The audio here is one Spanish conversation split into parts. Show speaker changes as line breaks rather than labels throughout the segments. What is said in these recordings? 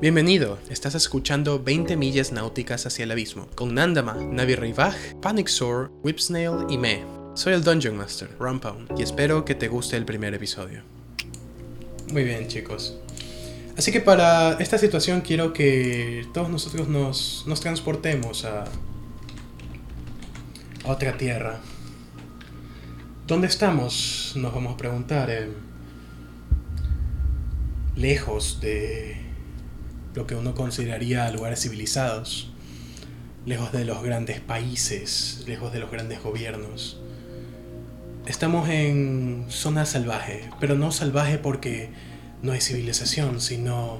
Bienvenido, estás escuchando 20 millas náuticas hacia el abismo con Nandama, Navi Rivag, Panic Sore, Whipsnail y Me. Soy el Dungeon Master, Rampound, y espero que te guste el primer episodio. Muy bien, chicos. Así que para esta situación quiero que todos nosotros nos, nos transportemos a, a otra tierra. ¿Dónde estamos? Nos vamos a preguntar. eh, lejos de lo que uno consideraría lugares civilizados. Lejos de los grandes países, lejos de los grandes gobiernos. Estamos en zona salvaje, pero no salvaje porque no hay civilización, sino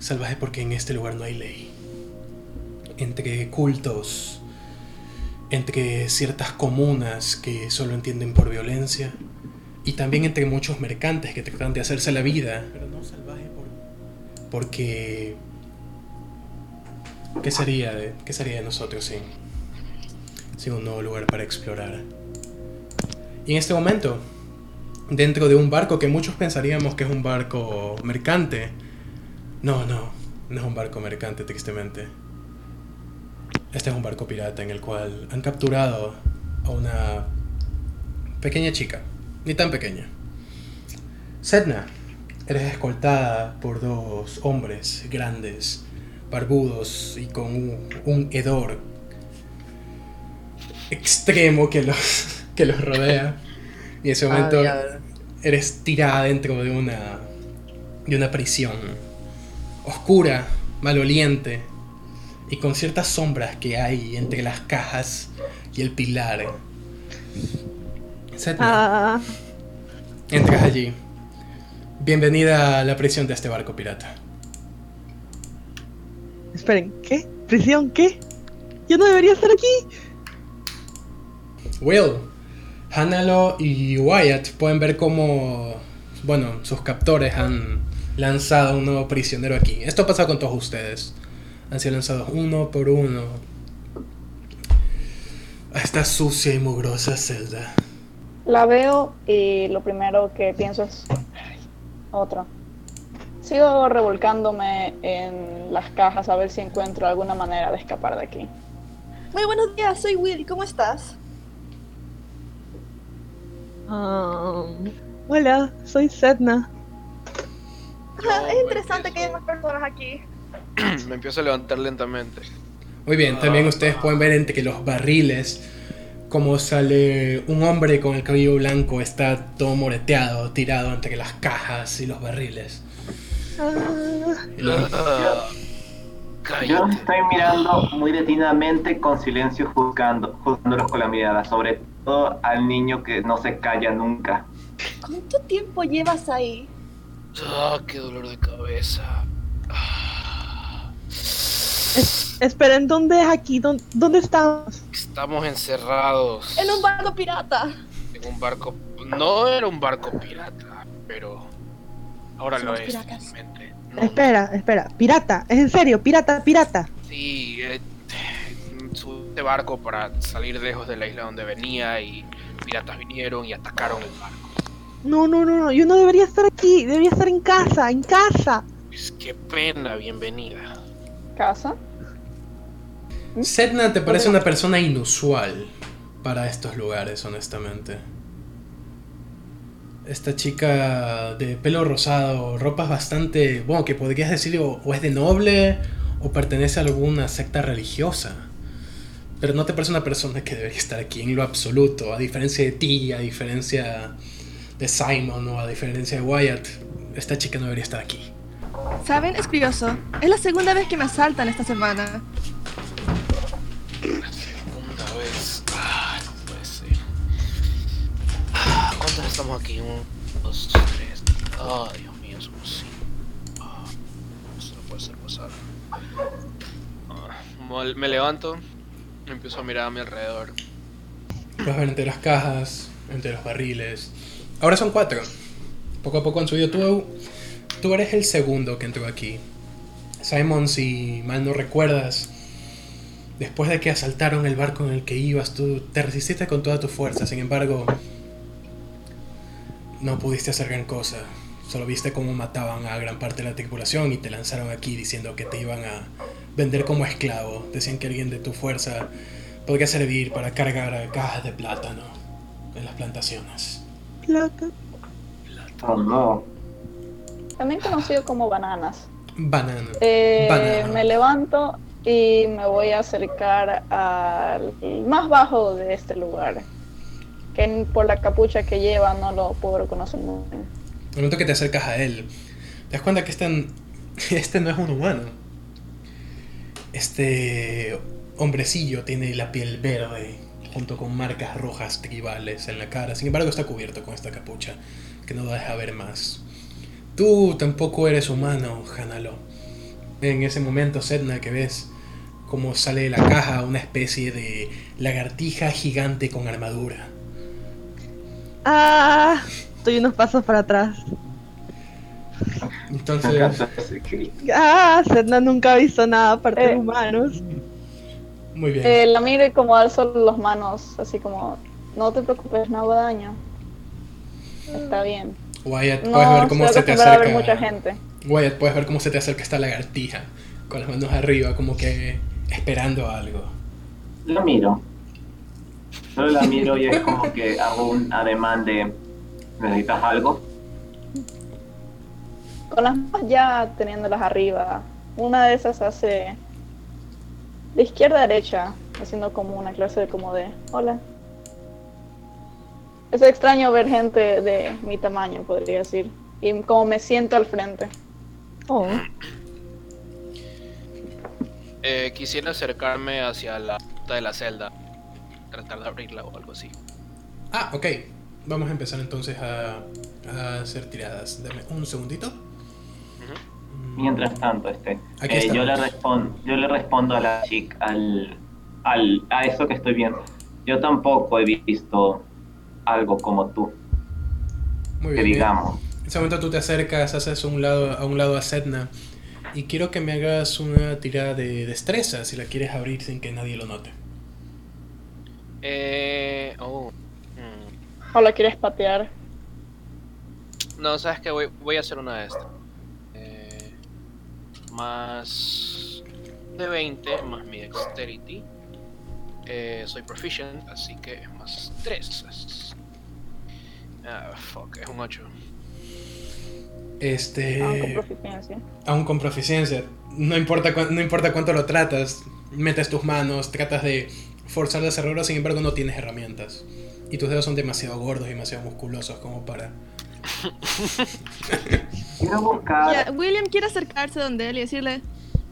salvaje porque en este lugar no hay ley. Entre cultos, entre ciertas comunas que solo entienden por violencia, y también entre muchos mercantes que tratan de hacerse la vida. Pero no salvaje porque... ¿Qué sería de, qué sería de nosotros sin, sin un nuevo lugar para explorar? Y en este momento, dentro de un barco que muchos pensaríamos que es un barco mercante. No, no, no es un barco mercante, tristemente. Este es un barco pirata en el cual han capturado a una pequeña chica, ni tan pequeña. Sedna, eres escoltada por dos hombres grandes, barbudos y con un, un hedor extremo que los, que los rodea. Y en ese este
Ah,
momento
diablo.
eres tirada dentro de una de una prisión oscura, maloliente y con ciertas sombras que hay entre las cajas y el pilar. Sedna,
Ah,
entras allí. Bienvenida a la prisión de este barco pirata.
esperen, ¿qué? ¿Prisión qué? Yo no debería estar aquí.
Will, Hanalo y Wyatt pueden ver cómo, bueno, sus captores han lanzado un nuevo prisionero aquí. Esto pasa con todos ustedes. Han sido lanzados uno por uno a esta sucia y mugrosa celda.
La veo y lo primero que pienso es "Ay, otra. Sigo revolcándome en las cajas a ver si encuentro alguna manera de escapar de aquí.
Muy buenos días, soy Will, ¿cómo estás?
Um, hola, soy Sedna.
Ajá,
Yo
es interesante que haya
empiezo-
más personas aquí.
Me empiezo a levantar lentamente.
Muy bien, también ustedes pueden ver entre los barriles cómo sale un hombre con el cabello blanco, está todo moreteado, tirado entre las cajas y los barriles.
Ah,
Y lo-
Ah,
Yo los
cállate.
estoy mirando muy detenidamente, con silencio, juzgando, juzgándolos con la mirada, sobre todo al niño que no se calla nunca.
¿Cuánto tiempo llevas ahí?
Ah, qué dolor de cabeza.
esperen, ¿dónde es aquí? ¿Dó- ¿Dónde, estamos?
Estamos encerrados.
En un barco pirata.
En un barco. No era un barco pirata, pero. Ahora lo
Somos
es.
piratas.
finalmente. No, no.
Espera, espera. Pirata, es en serio, pirata, pirata.
Sí, eh, subí de barco para salir lejos de la isla donde venía y piratas vinieron y atacaron el barco.
No, no, no, no, yo no debería estar aquí, debería estar en casa, en casa.
Pues qué pena, bienvenida.
¿Casa?
Sedna te parece una persona inusual para estos lugares, honestamente. Esta chica de pelo rosado, ropas bastante, bueno, que podrías decir o, o es de noble o pertenece a alguna secta religiosa. Pero no te parece una persona que debería estar aquí en lo absoluto, a diferencia de ti, a diferencia de Simon o a diferencia de Wyatt. Esta chica no debería estar aquí.
¿Saben? Es curioso. Es la segunda vez que me asaltan esta semana.
Una vez. Ah, no puede ser. Ah, ¿Cuántos estamos aquí? Un, dos, tres. Ah, Dios mío, somos cinco. Ah, esto no puede ser pasar. Ah, mol- me levanto y empiezo a mirar a mi alrededor.
Los ven entre las cajas, entre los barriles. Ahora son cuatro. Poco a poco han subido. Tú, tú eres el segundo que entró aquí. Simon, si mal no recuerdas, después de que asaltaron el barco en el que ibas, tú te resististe con toda tu fuerza. Sin embargo, no pudiste hacer gran cosa. Solo viste cómo mataban a gran parte de la tripulación y te lanzaron aquí diciendo que te iban a vender como esclavo. Decían que alguien de tu fuerza podría servir para cargar cajas de plátano en las plantaciones.
Plata.
Oh, no.
También conocido como bananas.
Banana.
Eh,
Banana.
Me levanto y me voy a acercar al más bajo de este lugar. Que n- por la capucha que lleva no lo puedo reconocer muy bien.
Al momento que te acercas a él, te das cuenta que este, n- este no es un humano. Este hombrecillo tiene la piel verde, junto con marcas rojas tribales en la cara. Sin embargo, está cubierto con esta capucha, que no deja ver más. Tú tampoco eres humano, Hanalo. En ese momento, Sedna, que ves cómo sale de la caja una especie de lagartija gigante con armadura.
Ah, estoy unos pasos para atrás.
Me
Entonces,
encanta ese clip.
Ah, Sedna nunca ha visto nada aparte de
Eh.
humanos.
muy bien.
Eh, la miro y como alzo las manos, así como, no te preocupes, no hago daño. Está bien.
Wyatt,
No,
Mm. puedes ver cómo
estoy
se te acerca.
acostumbrada a ver mucha gente.
Wyatt, puedes ver cómo se te acerca esta lagartija con las manos arriba, como que esperando algo.
La miro. Solo la miro y es como que hago un ademán de. ¿Necesitas algo?
Con las manos ya teniéndolas arriba, una de esas hace de izquierda a derecha, haciendo como una clase de como de hola. Es extraño ver gente de mi tamaño, podría decir, y como me siento al frente.
Oh,
Eh, quisiera acercarme hacia la puerta de la celda. Tratar de abrirla o algo así.
Ah, ok. Vamos a empezar entonces a, a hacer tiradas. Dame un segundito.
Mientras tanto, este.
Aquí
eh, yo
estamos.
le respondo, yo le respondo a la chica, al, al, a eso que estoy viendo. Yo tampoco he visto algo como tú,
Muy
que
bien. eh.
digamos.
En ese momento tú te acercas, haces un lado, a un lado a Sedna. Y quiero que me hagas una tirada de destreza si la quieres abrir sin que nadie lo note.
Eh. Oh. mm.
Hola, ¿quieres patear?
No, sabes que voy, voy a hacer una de estas. Eh, más. De 20, más mi dexterity. Eh, soy proficient, así que es más 3. Ah, fuck, es un 8.
Este.
Ah, con proficiencia.
aún con proficiencia. No importa, cuán- no importa cuánto lo tratas, metes tus manos, tratas de forzar la cerradura, sin embargo no tienes herramientas. Y tus dedos son demasiado gordos y demasiado musculosos como para...
Quiero buscar.
Ya, William quiere acercarse donde él y decirle,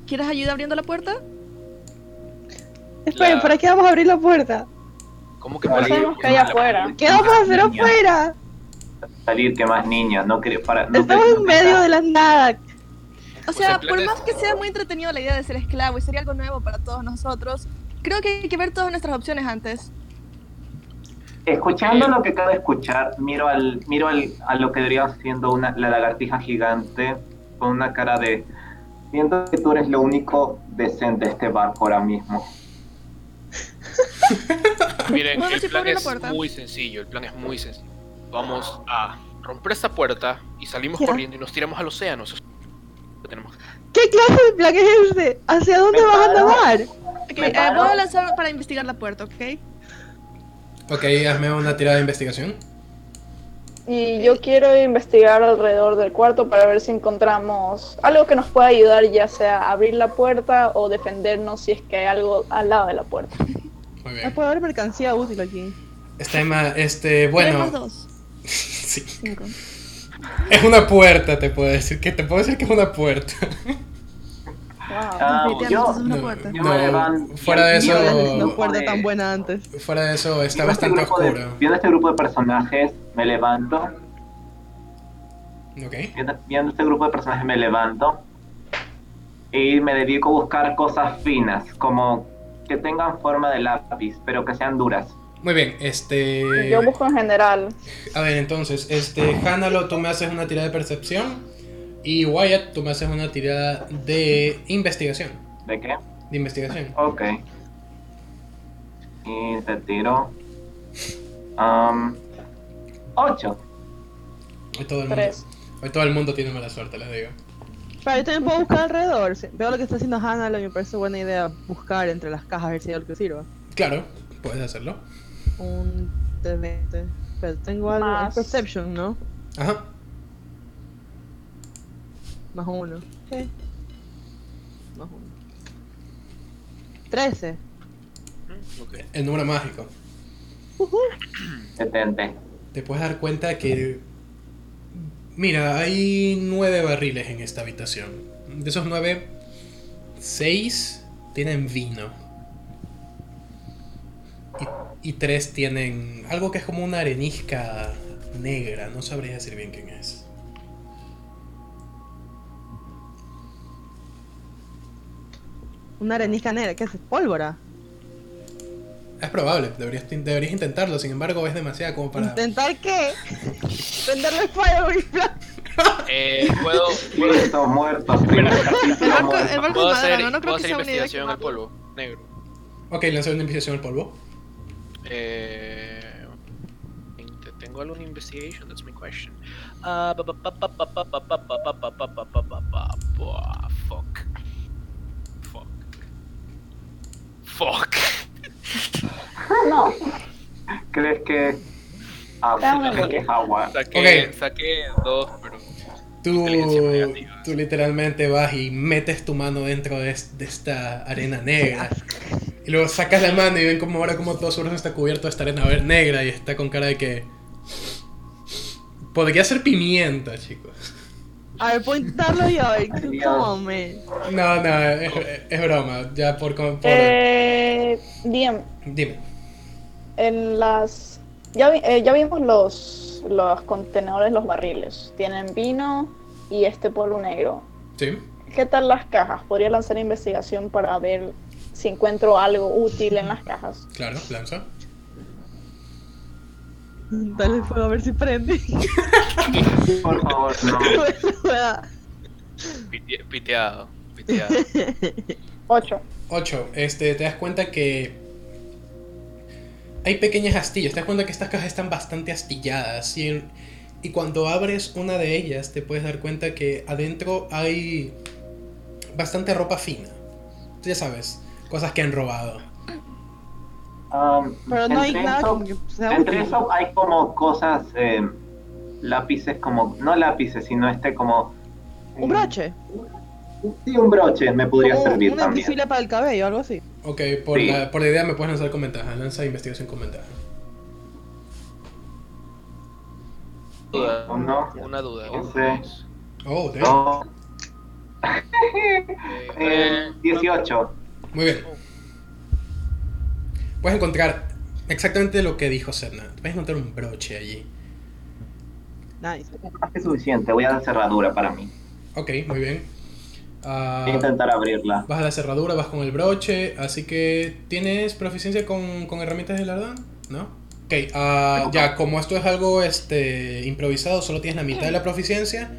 ¿quieres ayuda abriendo la puerta?
esperen,
La-
¿para qué vamos a abrir la puerta?
¿Cómo que
Vale.
para-
Sabemos que hay afuera.
¿Qué vamos
Ah,
a hacer
Niña.
afuera?
salir que más niñas, no quería para no
Estamos
quería-
en medio de la nada.
O
Pues el
sea,
plan
por
es-
más que sea muy entretenido la idea de ser esclavo y sería algo nuevo para todos nosotros, creo que hay que ver todas nuestras opciones antes.
Escuchando lo que acabo de escuchar, miro al miro al, a lo que debería siendo una, la lagartija gigante con una cara de siento que tú eres lo único decente de este barco ahora mismo.
Miren,
Bueno,
el
si
plan
abren la
es
puerta.
muy sencillo, el plan es muy sencillo. Vamos a romper esta puerta y salimos
Ya.
corriendo y nos tiramos al océano. Eso es lo que tenemos.
¿Qué clase de plan es este? ¿Hacia dónde
Me
vas a
paro.
nadar?
Ok,
Me
eh,
paro.
voy a lanzar para investigar la puerta, ¿ok?
Ok, hazme una tirada de investigación.
Y yo quiero investigar alrededor del cuarto para ver si encontramos algo que nos pueda ayudar, ya sea abrir la puerta o defendernos si es que hay algo al lado de la puerta.
Muy
No
bien.
puede haber mercancía útil aquí.
Este, ma- este
Tres más
bueno,
dos,
sí.
cinco.
es una puerta, te puedo decir, que te puedo decir que es una puerta.
Wow.
Ah,
Definitivamente
yo
es una puerta.
yo me levanto-
fuera de eso-
viendo este
No
No
grupo
puerta
de-
tan buena antes.
Fuera de eso, está
viendo este
bastante
grupo de-
oscuro.
viendo este grupo de personajes, me levanto.
Ok.
Viendo, viendo este grupo de personajes, me levanto y me dedico a buscar cosas finas, como que tengan forma de lápiz, pero que sean duras.
Muy bien, este...
Yo busco en general.
A ver, entonces, este, Hanalo, tú me haces una tirada de percepción y Wyatt, tú me haces una tirada de investigación.
¿De qué?
De investigación.
Ok. Y te tiro. Um, 8.
De todo el mundo.
Tres.
Hoy todo el mundo tiene mala suerte, les digo.
Pero yo también puedo buscar alrededor. Si- Veo lo que está haciendo Hannah, lo- me parece buena idea buscar entre las cajas a ver si hay algo que sirva.
Claro, puedes hacerlo.
Un de 20. Pero tengo algo.
Más-
es Perception, ¿no?
Ajá.
Más uno. Sí. Más uno. 13.
Mm, ok.
El número mágico.
Detente.
Te puedes dar cuenta que... Mira, hay nueve barriles en esta habitación. De esos nueve, seis tienen vino. Y, y tres tienen algo que es como una arenisca negra. No sabría decir bien quién es.
Una arenisca negra. ¿Qué es? ¿Pólvora?
Es probable, deberías, deberías intentarlo. Sin embargo, es demasiado como para...
¿Intentar qué? Prenderle fuego y plan.
Eh, puedo. puedo-
Listos, muertos, primer
El
Ah,
capítulo
barco, el
muerto.
barco
Puedo
es
hacer,
madera, no, no creo que
puedo hacer
sea una idea.
investigación al
quemarlo.
polvo negro.
Ok, lanzar una investigación al polvo.
Eh, int- tengo alguna investigation, that's my question. Ah, pa- pa- pa- pa- pa- pa- pa- pa- pa- pa- pa- pa- pa- pa- pa- pa- Fuck. Fuck. Fuck.
No,
¿Crees que agua?
Dame.
¿Crees que es agua?
Saqué,
Ok.
saqué dos, pero.
Tú,
Inteligencia negativa.
tú literalmente vas y metes tu mano dentro de, es- de esta arena negra. Y luego sacas la mano y ven como ahora como todo su brazo está cubierto de esta arena ver- negra y está con cara de que... Podría ser pimienta, chicos.
A ver, puedo intentarlo y a ver qué
Dios.
come.
No, no, es, es broma. Ya por... con- por-
eh, bien,
Dime.
en las... Ya, vi- eh, ya vimos los, los contenedores, los barriles. Tienen vino y este polvo negro.
¿Sí?
¿Qué tal las cajas? Podría lanzar investigación para ver si encuentro algo útil en las cajas.
Claro, lanza.
Dale fuego a ver si prende.
Por favor, no.
pite- Piteado. Piteado.
Ocho.
8. Este, te das cuenta que hay pequeñas astillas. Te das cuenta que estas cajas están bastante astilladas. Y, en- y cuando abres una de ellas, te puedes dar cuenta que adentro hay bastante ropa fina. Tú ya sabes, cosas que han robado.
Um,
Pero no hay
entre
nada
eso-
como que sea
Entre
útil.
eso hay como cosas, eh, lápices como, no lápices, sino este como...
mm,
Un broche.
Sí, un broche me podría
Como
servir
una
también.
bifila para el cabello, algo así.
Ok, por,
Sí.
la, por la idea me puedes lanzar con ventaja. Lanza investigación con ventaja.
Duda,
Uno,
Una duda.
Ese.
ustedes.
Oh, damn.
dos,
Eh,
eh, 18.
Muy bien. Puedes encontrar exactamente lo que dijo Serna. Puedes encontrar un broche allí.
Nice.
Más que suficiente, voy a la cerradura para mí.
Ok, muy bien. Ah,
Voy a intentar abrirla.
Vas a la cerradura, vas con el broche, así que tienes proficiencia con, con herramientas de lardán, ¿no? Ok, ah,
Tengo
ya, como esto es algo este, improvisado, solo tienes la mitad de la proficiencia,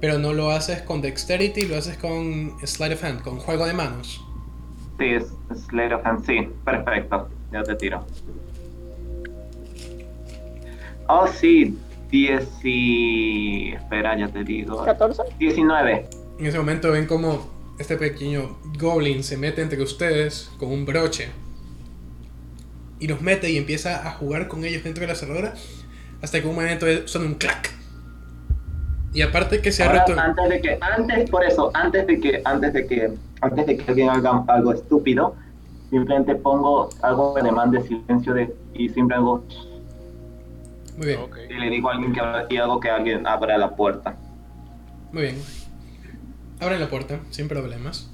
pero no lo haces con dexterity, lo haces con slide of hand, con juego de manos.
Sí, es es Slate of Hand, sí, perfecto. Ya te tiro. Oh, sí, 10 y... Espera, ya te digo.
¿Catorce?
19.
En ese momento ven como este pequeño goblin se mete entre ustedes con un broche y los mete y empieza a jugar con ellos dentro de la cerradura hasta que un momento son un clac. Y aparte que se ha
Ahora,
roto...
antes de que, antes, por eso, antes de que, antes de que, antes de que alguien haga algo estúpido, simplemente pongo algo de demanda de silencio de, y siempre hago,
Muy bien.
ok.
y le digo a alguien que, y hago que alguien abra la puerta.
Muy bien. Abren la puerta, sin problemas.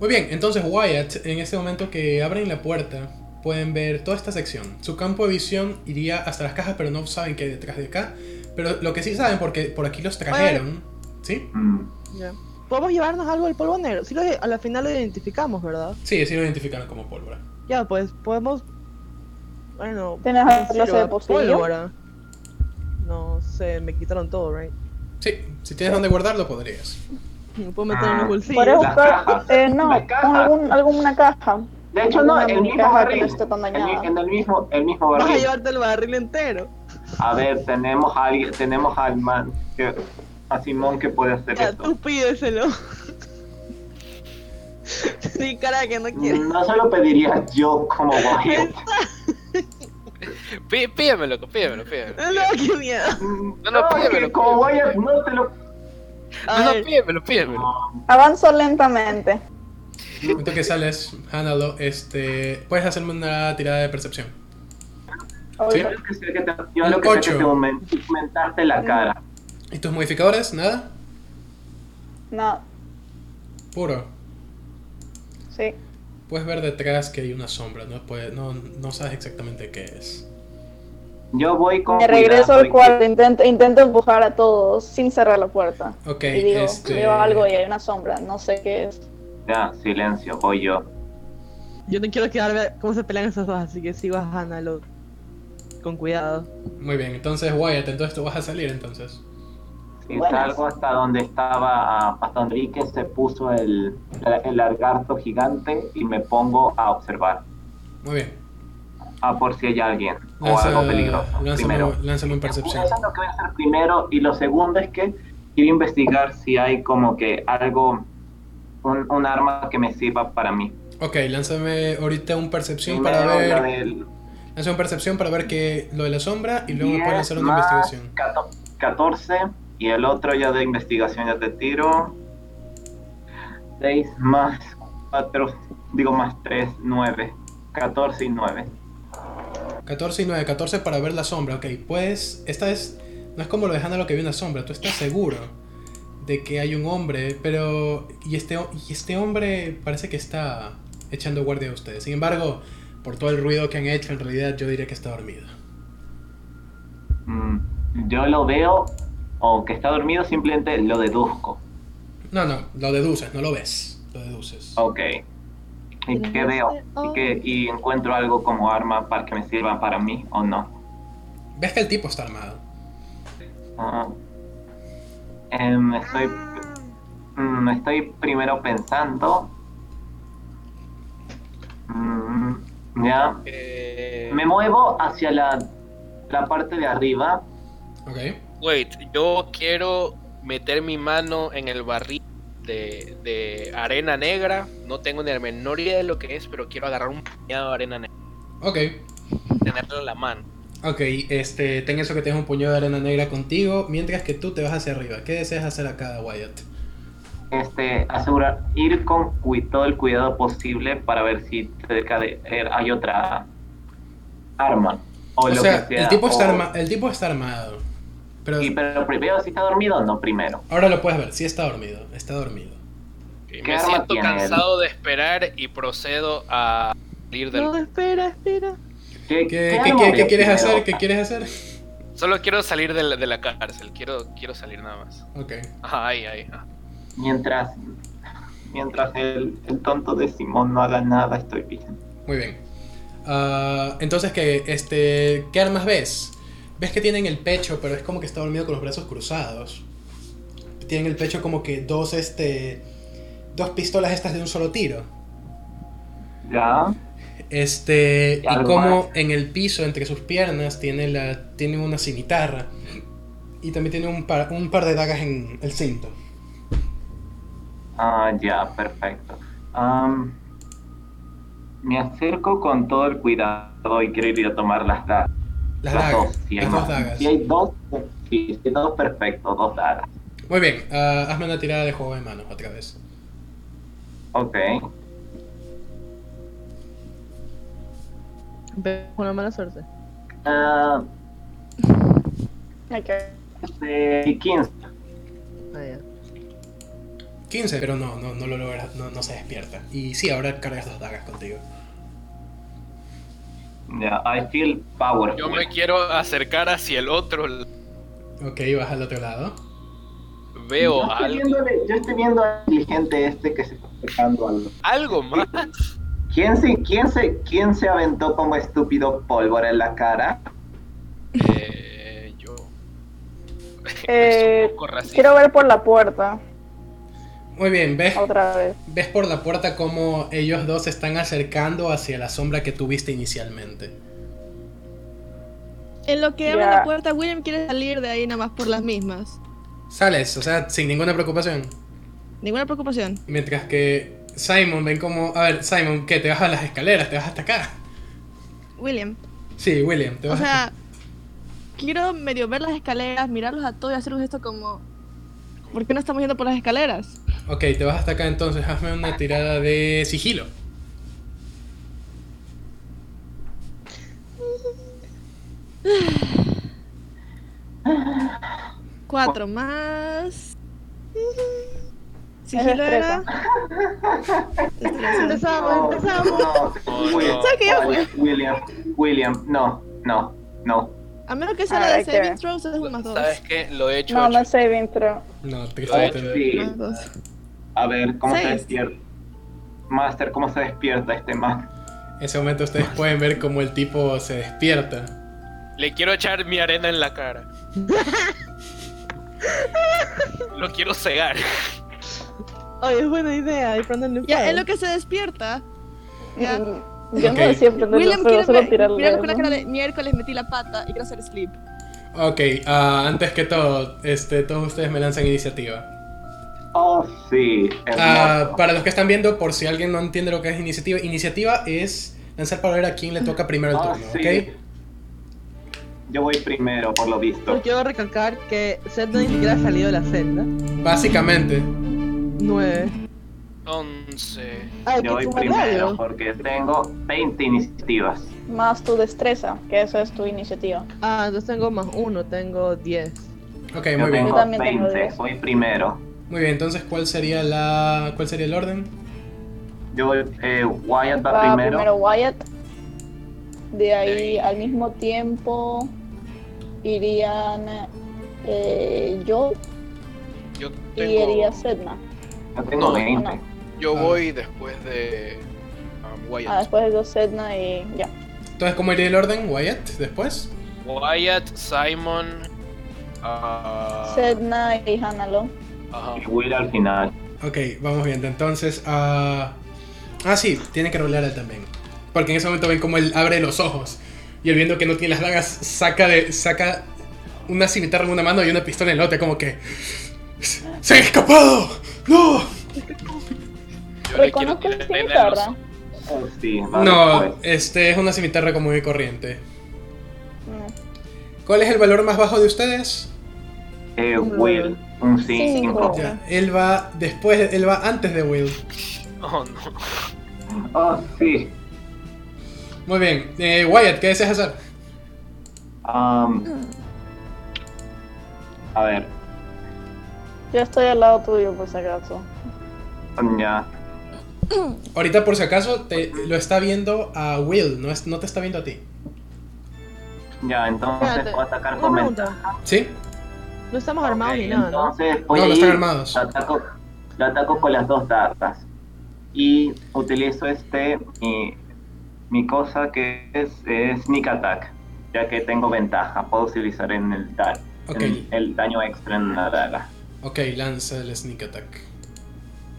Muy bien, entonces Wyatt, en este momento que abren la puerta, pueden ver toda esta sección. Su campo de visión iría hasta las cajas, pero no saben que hay detrás de acá. Pero lo que sí saben, porque por aquí los trajeron, ¿sí?
Mm,
Ya. Podemos llevarnos algo del polvo negro. Sí, lo, a la final lo identificamos, ¿verdad?
Sí, sí lo identificaron como pólvora.
Ya, pues podemos. Bueno.
¿Tienes alguna clase de
sirva
postillo?
pólvora. No sé, me quitaron todo, ¿right?
Sí, si tienes donde guardarlo, podrías.
Me puedo meter en
Ah.
los
¿Podrías
bolsillos.
Las
buscar?
cajas.
Eh, no,
Las cajas.
algún, alguna caja.
De hecho, no,
Alguna
el mismo
minicaja que
barril.
no esté tan
En,
dañada.
en el mismo, el mismo
Vas a
barril.
llevarte el barril entero.
A ver, tenemos a alguien, tenemos al man, que, a Simón que puede hacer
Ya,
esto.
tú pídeselo. Sí, cara de que no quiere.
Mm, No se lo pediría yo como Wyatt.
Pí- Pídemelo, pídemelo, pídemelo.
No, qué miedo.
No, no,
es que
pídemelo.
como Wyatt no te lo...
A
No, no,
ver.
pídemelo, pídemelo.
Avanzo lentamente.
En el momento que sales, Hanalo, este, puedes hacerme una tirada de percepción.
Yo
¿Sí?
Ahorita.
lo que sé que te, yo lo que sé
Ocho.
que te aument- aumentarte la cara.
¿Y tus modificadores? ¿Nada?
No,
Puro.
sí.
Puedes ver detrás que hay una sombra, no, puede- no, no sabes exactamente qué es.
Yo voy con
Me regreso
cuidado
al
y-
cuarto, intento, intento empujar a todos sin cerrar la puerta.
Ok,
Y digo,
este...
veo algo y hay una sombra, no sé qué es.
Ya, silencio, voy yo.
Yo no quiero quedarme cómo se pelean esos dos, así que sigo a Hannah lo... con cuidado.
Muy bien, entonces Wyatt, entonces tú vas a salir entonces.
Y
Buenas.
salgo hasta donde estaba, ah, hasta donde vi que se puso el, el lagarto gigante y me pongo a observar.
Muy bien.
A por si hay alguien o
Lanza-
algo peligroso. Primero.
Lánzame, lánzame un percepción.
Eso es lo que voy a hacer primero. Y lo segundo es que quiero investigar si hay como que algo, un, un arma que me sirva para mí.
Ok, lánzame ahorita un percepción para
Primero la
ver...
del
Lánzame un percepción para ver que lo de la sombra y luego me puedes lanzar
10
una
más
investigación.
14, 14 y el otro ya de investigación ya te tiro. 6 más 4, digo más 3, 9. 14 y 9.
14 y 9, 14 para ver la sombra, ok. Pues esta es... No es como lo de Hannah lo que vi una sombra, tú estás seguro de que hay un hombre, pero... Y este, ho- y este hombre parece que está echando guardia a ustedes. Sin embargo, por todo el ruido que han hecho, en realidad yo diría que está dormido.
Mm, yo lo veo, aunque está dormido, simplemente lo deduzco.
No, no, lo deduces, no lo ves, lo deduces.
Ok. ¿Y qué veo? ¿Y, qué- ¿Y encuentro algo como arma para que me sirva para mí o no?
Ves que el tipo está armado.
Ah. Em, estoy,
Ah.
mm, estoy primero pensando. Mm, ya.
Eh,
Me muevo hacia la, la parte de arriba.
Ok,
Wait, yo quiero meter mi mano en el barril de, de arena negra. No tengo ni la menor idea de lo que es, pero quiero agarrar un puñado de arena negra.
ok,
Tenerla en la mano.
ok. Este, ten eso que tienes un puñado de arena negra contigo, mientras que tú te vas hacia arriba. ¿Qué deseas hacer acá, Wyatt?
Este, asegurar, ir con cui- todo el cuidado posible para ver si cerca de eh, hay otra arma. O,
O
lo
sea,
que sea.
el tipo, está
o-
arma- el tipo está armado. Pero
Y pero primero si está dormido o no primero.
ahora lo puedes ver, sí está dormido, está dormido.
Y
¿Qué
me
arma
siento
tiene él?
cansado de esperar y procedo a salir del.
No, espera, espera.
¿Qué,
¿Qué, qué
qué-
arma
qué-
le
qué quieres
primero?
hacer? ¿Qué quieres hacer?
Solo quiero salir de la, de la cárcel. Quiero, quiero salir nada más.
Ok,
Ay, ay. ah.
Mientras, mientras el, el tonto de Simón no haga nada, estoy bien.
muy bien. Ah, entonces, ¿qué, este, ¿qué armas ves? Ves que tienen el pecho, pero es como que está dormido con los brazos cruzados. Tienen el pecho como que dos, este, dos pistolas estas de un solo tiro.
Ya.
Este,
Y
y
algo
como
más.
en el piso, entre sus piernas, tiene, la, tiene una cimitarra. Y también tiene un par, un par de dagas en el cinto.
Ah, ya, perfecto. Am, me acerco con todo el cuidado y quiero ir a tomar las dagas.
Las dagas,
dos, si hay
las dos
más.
dagas.
Si hay dos, sí, si hay dos, perfecto, dos dagas.
Muy bien, ah, hazme una tirada de juego de manos otra vez.
Ok.
Ve- Una mala suerte.
Ah,
Ok.
este, 15.
Ah, ya.
15, pero no, no, no lo logras, no, no se despierta. Y sí, ahora cargas dos dagas contigo.
Ya, I feel powerful.
Yo me quiero acercar hacia el otro.
Ok, vas al otro lado.
Veo
yo, estoy
algo.
viéndole- yo estoy viendo al inteligente este que se está acercando al...
Algo más.
¿Quién se, quién, se, ¿Quién se aventó como estúpido pólvora en la cara?
Eh, yo.
Eh,
Es un poco racista.
quiero ver por la puerta
Muy bien, ves,
otra vez.
ves por la puerta cómo ellos dos se están acercando hacia la sombra que tuviste inicialmente.
En lo que abre
Ya.
la puerta, William quiere salir de ahí nada más por las mismas.
Sales, o sea, sin ninguna preocupación.
Ninguna preocupación.
Mientras que Simon, ven como... A ver, Simon, ¿qué? ¿Te vas a las escaleras? ¿Te vas hasta acá?
William,
Sí, William, te
o
vas
sea, quiero medio ver las escaleras, mirarlos a todos y hacer un gesto como... ¿Por qué no estamos yendo por las escaleras?
hasta... Ok, te vas hasta acá entonces. Hazme una tirada de sigilo.
Cuatro más... Sigilo era... Destreza.
Empezamos, empezamos.
Oh,
William,
¿Sabes qué?
pues.
William, William, no, no, no.
A menos que sea la de
Alright,
saving
Kevin.
throws, es un más dos.
¿Sabes qué? Lo he hecho.
No, no
hecho.
es saving throw.
No,
Ay,
tristemente.
Sí,
Más dos.
a ver, ¿cómo se
Seis.
despierta? Master, ¿cómo se despierta este man?
En ese momento ustedes pueden ver cómo el tipo se despierta.
Le quiero echar mi arena en la cara. Lo quiero cegar.
Oye, es buena idea. Y prendenle un
Ya,
fuego.
en lo que se despierta... Ya.
mm, Yo
Ok.
no decía prender
William
los fuegos,
quiere
solo
ver-
tirarle.
mirarlo con la
¿no?
cara de miércoles metí la pata y quiero hacer sleep.
Ok, ah, antes que todo, este, todos ustedes me lanzan iniciativa.
Oh, sí, hermoso.
Ah, para los que están viendo, por si alguien no entiende lo que es iniciativa, iniciativa es lanzar para ver a quién le toca primero el
Ah,
turno,
sí.
¿ok?
Yo voy primero, por lo visto.
Pero quiero recalcar que Seth no ni siquiera ha salido de la celda.
Básicamente,
9.
11.
Ay,
Yo
que
voy
tu
primero
radio.
porque tengo 20 iniciativas.
Más tu destreza, que eso es tu iniciativa.
Ah, entonces tengo más uno, tengo 10.
ok,
Yo
muy bien.
tengo
Yo también tengo
20,
diez.
voy primero.
Muy bien, entonces, ¿cuál sería la, cuál sería el orden?
Yo, eh, Wyatt va,
Va
primero.
primero Wyatt. De ahí al mismo tiempo irían eh, yo
Yo
y iría
tengo.
Sedna. Ah,
Yo tengo
No,
20.
no.
Yo
Ah.
voy después de. um, Wyatt.
Ah, después de dos Sedna y ya.
Entonces, ¿cómo iría el orden? Wyatt, después.
Ah.
Wyatt, Simon. ah,
Sedna y Hanalo.
ajá.
Y Will al final.
Ok, vamos viendo. Entonces, ah, ah, sí, tiene que rolear él también. Porque en ese momento ven cómo él abre los ojos. Y él viendo que no tiene las dagas, saca de saca una cimitarra en una mano y una pistola en el otro, como que. ¡Se han escapado! ¡No!
Yo le quiero
Reconozco el
tirar arena en los
cimitarra.
Oh, sí, va
No,
después.
este es una cimitarra común y corriente.
Mm.
¿Cuál es el valor más bajo de ustedes?
Eh,
Mm.
Will, un
Cinco.
5.
Ya, él va después, él va antes de Will.
Oh no.
Oh, sí.
Muy bien, eh, Wyatt, ¿qué deseas hacer?
Am, Um,
Mm.
a ver,
Yo estoy al lado tuyo por si acaso.
ya.
Ahorita, por si acaso, te, lo está viendo a Will, no, es, no te está viendo a ti.
Ya, entonces
Espérate,
puedo atacar
Una
con
pregunta.
¿Sí?
No estamos armados
Ok,
ni nada, ¿no?
Entonces,
No,
voy
no
a
están
ir,
armados.
Lo ataco, lo ataco con las dos dagas. Y utilizo este, mi, mi cosa que es, eh, Sneak Attack, ya que tengo ventaja. Puedo utilizar en el, da-
Ok.
en el daño extra en la daga.
Ok, lanza el sneak attack.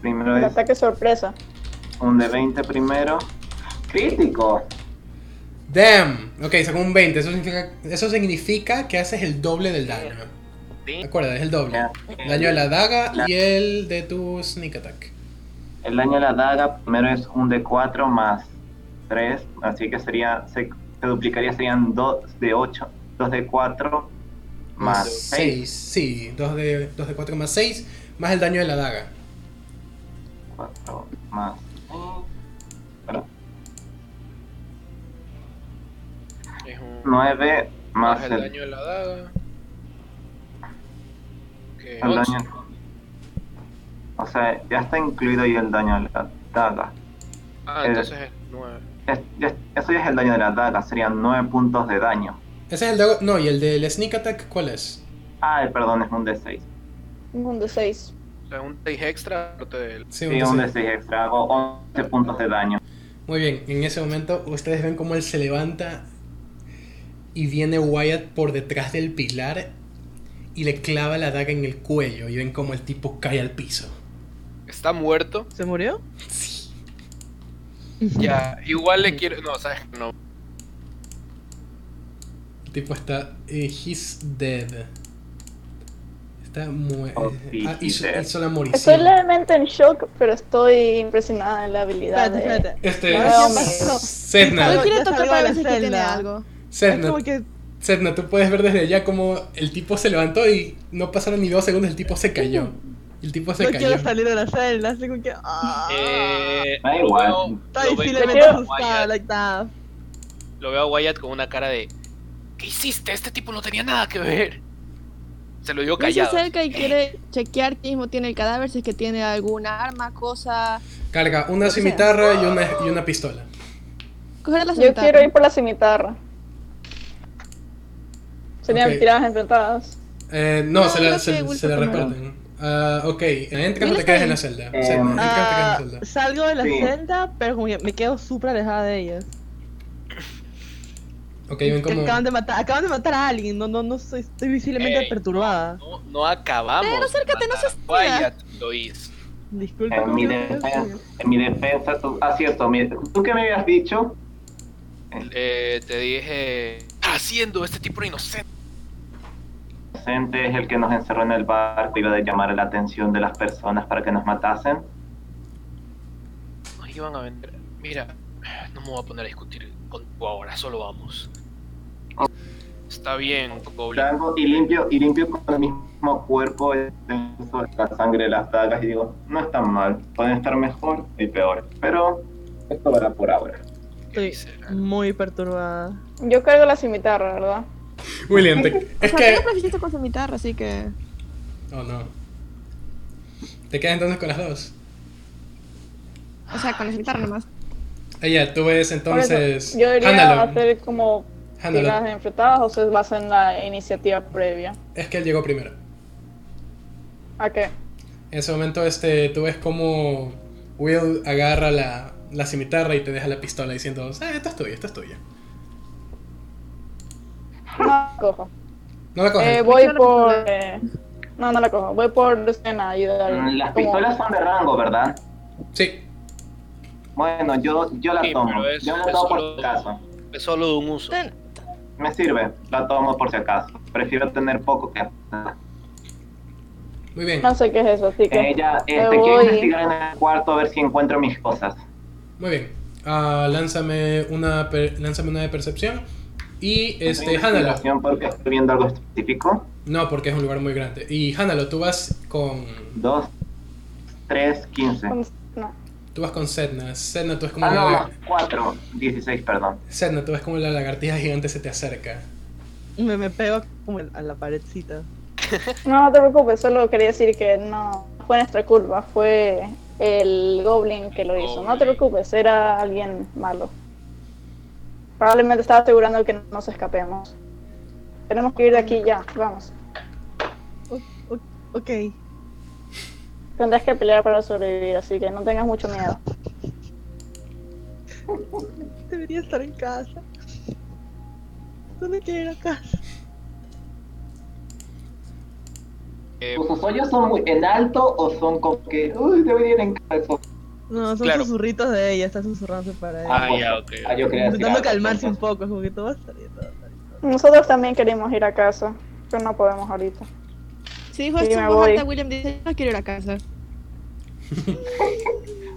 Primero
El
es
ataque sorpresa.
un de 20 primero. ¡Crítico!
Damn. Ok, sacó un 20. Eso significa, eso significa que haces el doble del daño.
Sí.
Acuérdate, es el doble.
Ya.
El daño de la daga y el de tu sneak attack.
El daño de la daga primero es un de 4 más 3, así que sería se, se duplicaría, serían 2 de 8, 2 de 4 más 6.
6. Sí, 2 de, 2 de 4 más 6. Más el daño de la daga.
4 más 6. Perdón.
Es un-
9 más
Más el
el,
daño de la daga. Que
el
11.
daño. O sea, ya está incluido ahí el daño de la daga.
Ah, entonces es 9.
Es- ya- eso ya es el daño de la daga, serían 9 puntos de daño.
Ese es el dago. No, y el del sneak attack, ¿cuál es?
Ah, perdón, es un de 6.
Un de seis.
O sea, un 6 extra aparte del.
Sí,
Sí,
entonces-
un de 6 extra, hago 11 puntos de daño.
Muy bien, en ese momento ustedes ven cómo él se levanta y viene Wyatt por detrás del pilar y le clava la daga en el cuello y ven cómo el tipo cae al piso.
Está muerto.
¿Se murió?
Ya, igual le quiero. No, sabes que no.
tipo está. eh, he's dead. Está muerto.
Oh, sí,
ah,
he's
hizo,
dead.
hizo la
Estoy
morición.
levemente en shock, pero estoy impresionada en la habilidad.
Espérate,
de-
espérate.
Este
Ah,
es.
pasó.
Yo
Sedna.
Algo-
quiero
ya
tocar
salió
para
la
ver si es que tiene
celda.
algo.
Es
Sedna,
como que
Sedna, tú puedes ver desde allá como el tipo se levantó y no pasaron ni dos segundos, el tipo se cayó. El tipo se
no
cayó.
quiero salir de la celda, así como que. ah,
Eh,
Da
lo
igual.
veo-
Está
lo veo-
visiblemente
lo veo a
asustada,
Wyatt-
like that.
Lo veo a Wyatt con una cara de. ¿Qué hiciste? Este tipo no tenía nada que ver. Se lo dio
Pues
Él se
callado.
acerca y quiere chequear quién mismo tiene el cadáver, si es que tiene alguna arma, cosa.
Carga una cimitarra y una, y una pistola.
Coger la
Yo
cinta.
quiero ir por la cimitarra. Serían
Ok.
tiradas enfrentadas.
Eh, no,
No,
se la,
creo
se,
que Wilson
se la
primero.
reparten. Ah, ok, en caso
Will
te
está
quedas en
ahí.
la celda.
Eh,
Sedna, en este caso te quedas
Ah,
en la celda.
salgo de la
Sí.
celda, pero como que me quedo súper alejada de ellas.
Ok, ven
Que
como.
Acaban de matar, acaban de matar a alguien, no, no, no estoy, estoy visiblemente
Eh,
Ey.
perturbada.
No, no acabamos.
Pero
de
acércate, no
matar
seas
a Wyatt lo hizo.
Disculpa.
En mi,
no, no, no,
defensa,
no.
en mi defensa, tú, ah, cierto, mi- ¿tú qué me habías dicho?
Eh, te dije. Haciendo este tipo de inocente.
Vicente es el que nos encerró en el barco, iba de llamar la atención de las personas para que nos matasen.
Nos iban a vender. Mira, no me voy a poner a discutir contigo ahora, solo vamos. Está bien, Goblin.
Blanco y limpio, y limpio con el mismo cuerpo, extenso, la sangre de las dagas, y digo, no es tan mal, pueden estar mejor y peor, pero esto verá por ahora.
Estoy
¿Qué dice?
muy perturbada.
Yo cargo la cimitarra, ¿verdad?
William, te-
O sea,
es que.
tengo proficiencia con cimitarra, así que.
Oh no. ¿Te quedas entonces con las dos?
O sea, con la cimitarra nomás.
Ella, Eh, tú ves
Por eso,
entonces.
yo diría
Hándalo,
hacer como
hándalo.
tiradas enfrentadas o se basa en la iniciativa previa.
Es que él llegó primero.
¿A qué?
En ese momento, este, tú ves como Will agarra la, la cimitarra y te deja la pistola diciendo: ah, Esta es tuya, esta es tuya.
No la cojo.
No la coges.
Eh, voy por. eh, no, no la cojo. Voy por Lucena ayudar.
Mm, Las
como-
pistolas son de rango, ¿verdad?
Sí.
Bueno, yo, yo la
Sí,
tomo,
pero es-
yo la
es
tomo por
solo-
si acaso.
Es solo de un uso.
Ten-
Me sirve, la tomo por si acaso. Prefiero tener poco que nada.
Muy bien.
No sé qué es eso, así que.
Ella,
Me
este, quiero
voy.
investigar en el cuarto a ver si encuentro mis cosas.
Muy bien. Ah, lánzame, una per- lánzame una de percepción. Y este,
Tengo
Hánalo.
investigación porque estoy viendo algo específico.
No, porque es un lugar muy grande. Y Hánalo, tú vas con.
2, 3, 15.
No.
Tú vas con Sedna. Sedna, tú es como.
Ah, no,
la-
más 4, 16, perdón.
Sedna, tú ves como la lagartija gigante se te acerca.
Me, me pego como a la paredcita.
No, no te preocupes, solo quería decir que no fue nuestra culpa, fue el Goblin que lo hizo. No te preocupes, era alguien malo. Probablemente estaba asegurando que no nos escapemos. Tenemos que ir de aquí ya, vamos.
O- o- ok.
Tendrás que pelear para sobrevivir, así que no tengas mucho miedo.
Debería estar en casa. ¿Dónde quiero ir a casa?
Eh,
¿Sus hoyos son muy en alto o son como que, uy, debería ir en calzón?
No, son
Claro.
susurritos de ella, está susurrándose para ella.
Ah, ya, ok.
Ah, yo quería decir
Intentando
algo,
calmarse un
entonces.
poco, es como que todo va a estar bien, todo va a estar bien.
Nosotros también queremos ir a casa, pero no podemos ahorita.
Si dijo
Sí,
esto
me
en voz
voy.
alta, William dice: No quiero ir a casa.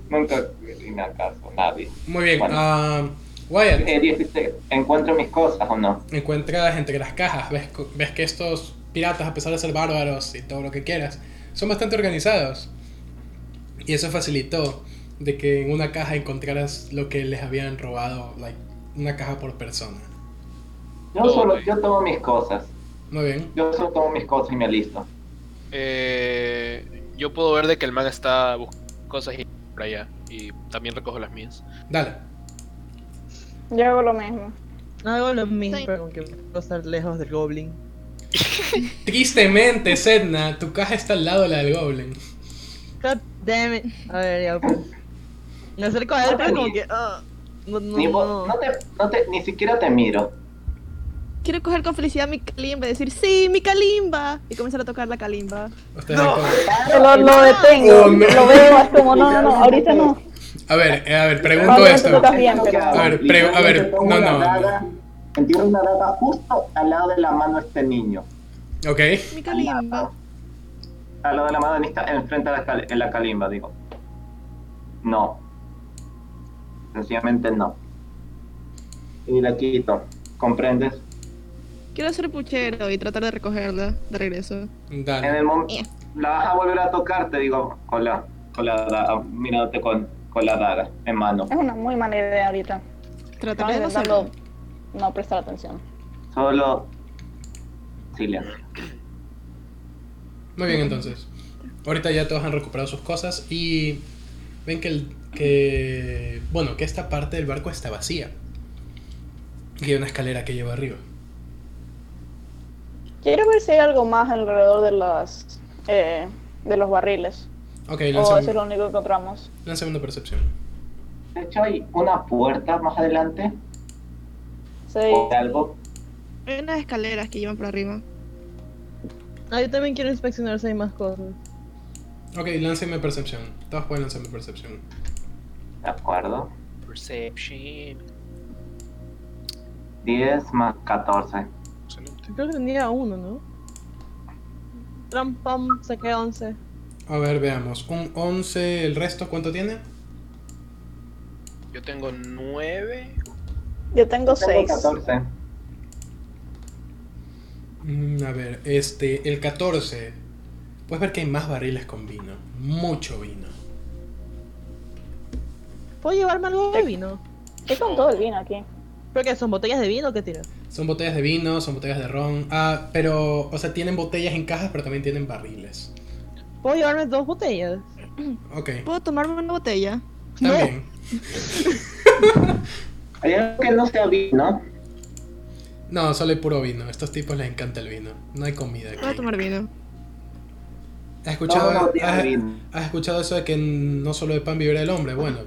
Nunca vine a casa, nadie.
Muy bien.
Bueno.
ah, Wyatt.
Eh, 16, ¿encuentro mis cosas o no?
encuentras entre las cajas, ves, co- ves que estos piratas, a pesar de ser bárbaros y todo lo que quieras, son bastante organizados. Y eso facilitó de que en una caja encontraras lo que les habían robado, like, una caja por persona.
Yo solo, yo tomo mis cosas.
Muy bien.
Yo solo tomo mis cosas y me listo.
eh, yo puedo ver de que el man está buscando cosas y por allá. Y también recojo las mías.
Dale.
Yo hago lo mismo.
Hago lo mismo,
Sí.
pero como que puedo estar lejos del goblin.
Tristemente, Sedna, tu caja está al lado de la del Goblin.
God damn it. A ver, ya pues. Me acerco a él, pero como que. ah, no,
ni, vo-
no,
no te, no te- ni siquiera te miro.
Quiero coger con felicidad mi calimba y decir: Sí, mi calimba. Y comenzar a tocar la calimba.
Ustedes recogen.
Lo, lo detengo,
Oh, no.
lo veo, es como, no, no, no, ahorita no.
A ver, eh, a ver, pregunto
Probablemente tú
esto.
estás bien, pero.
A ver, pre- a ver, no, no.
Entierro una daga justo al lado de la mano de este niño.
Ok.
Mi calimba.
Al lado de la mano de esta, enfrente a la, cal- en la calimba, digo. No. Sencillamente no. Y la quito. ¿Comprendes?
Quiero ser puchero y tratar de recogerla de regreso.
En
Dale.
el momento. La vas a volver a tocar, te digo, con la, con la daga, mirándote con, con la daga en mano.
Es una muy mala idea ahorita.
Trataré
Estamos
de no
intentando
hacerlo.
no prestar atención.
Solo silencio.
Muy bien, entonces. Ahorita ya todos han recuperado sus cosas y ven que el que bueno, que esta parte del barco está vacía. Y hay una escalera que lleva arriba.
Quiero ver si hay algo más alrededor de las eh, de los barriles.
Ok,
O Oh, eso es
lanza
lo único que encontramos.
una percepción.
De hecho, hay una puerta más adelante.
Sí.
O algo.
Hay unas escaleras que llevan por arriba.
Ah, yo también quiero inspeccionar si hay más cosas.
Ok, láncenme percepción. Todos pueden lanzarme percepción.
De acuerdo.
Perception.
10 más 14.
Excelente.
Creo que tenía uno, ¿no? Tram, pam, saqué 11.
A ver, veamos. Un 11, el resto, ¿cuánto tiene?
Yo tengo 9.
Yo tengo
Tengo
6.
14.
Mm, a ver, este, el 14. Puedes ver que hay más barriles con vino. Mucho vino.
¿Puedo llevarme algo de vino?
¿Qué con todo el vino aquí?
¿Pero qué? ¿Son botellas de vino que tiras?
Son botellas de vino, son botellas de ron. Ah, pero, o sea, tienen botellas en cajas, pero también tienen barriles.
¿Puedo llevarme dos botellas?
Ok,
¿Puedo tomarme una botella?
también.
Hay algo que no sea vino.
No, solo hay puro vino. A estos tipos les encanta el vino. No hay comida
Voy a
aquí.
tomar vino.
¿Has
No, no
escuchado,
tiene
has-
vino.
has escuchado eso de que no solo de pan vivirá el hombre? Bueno,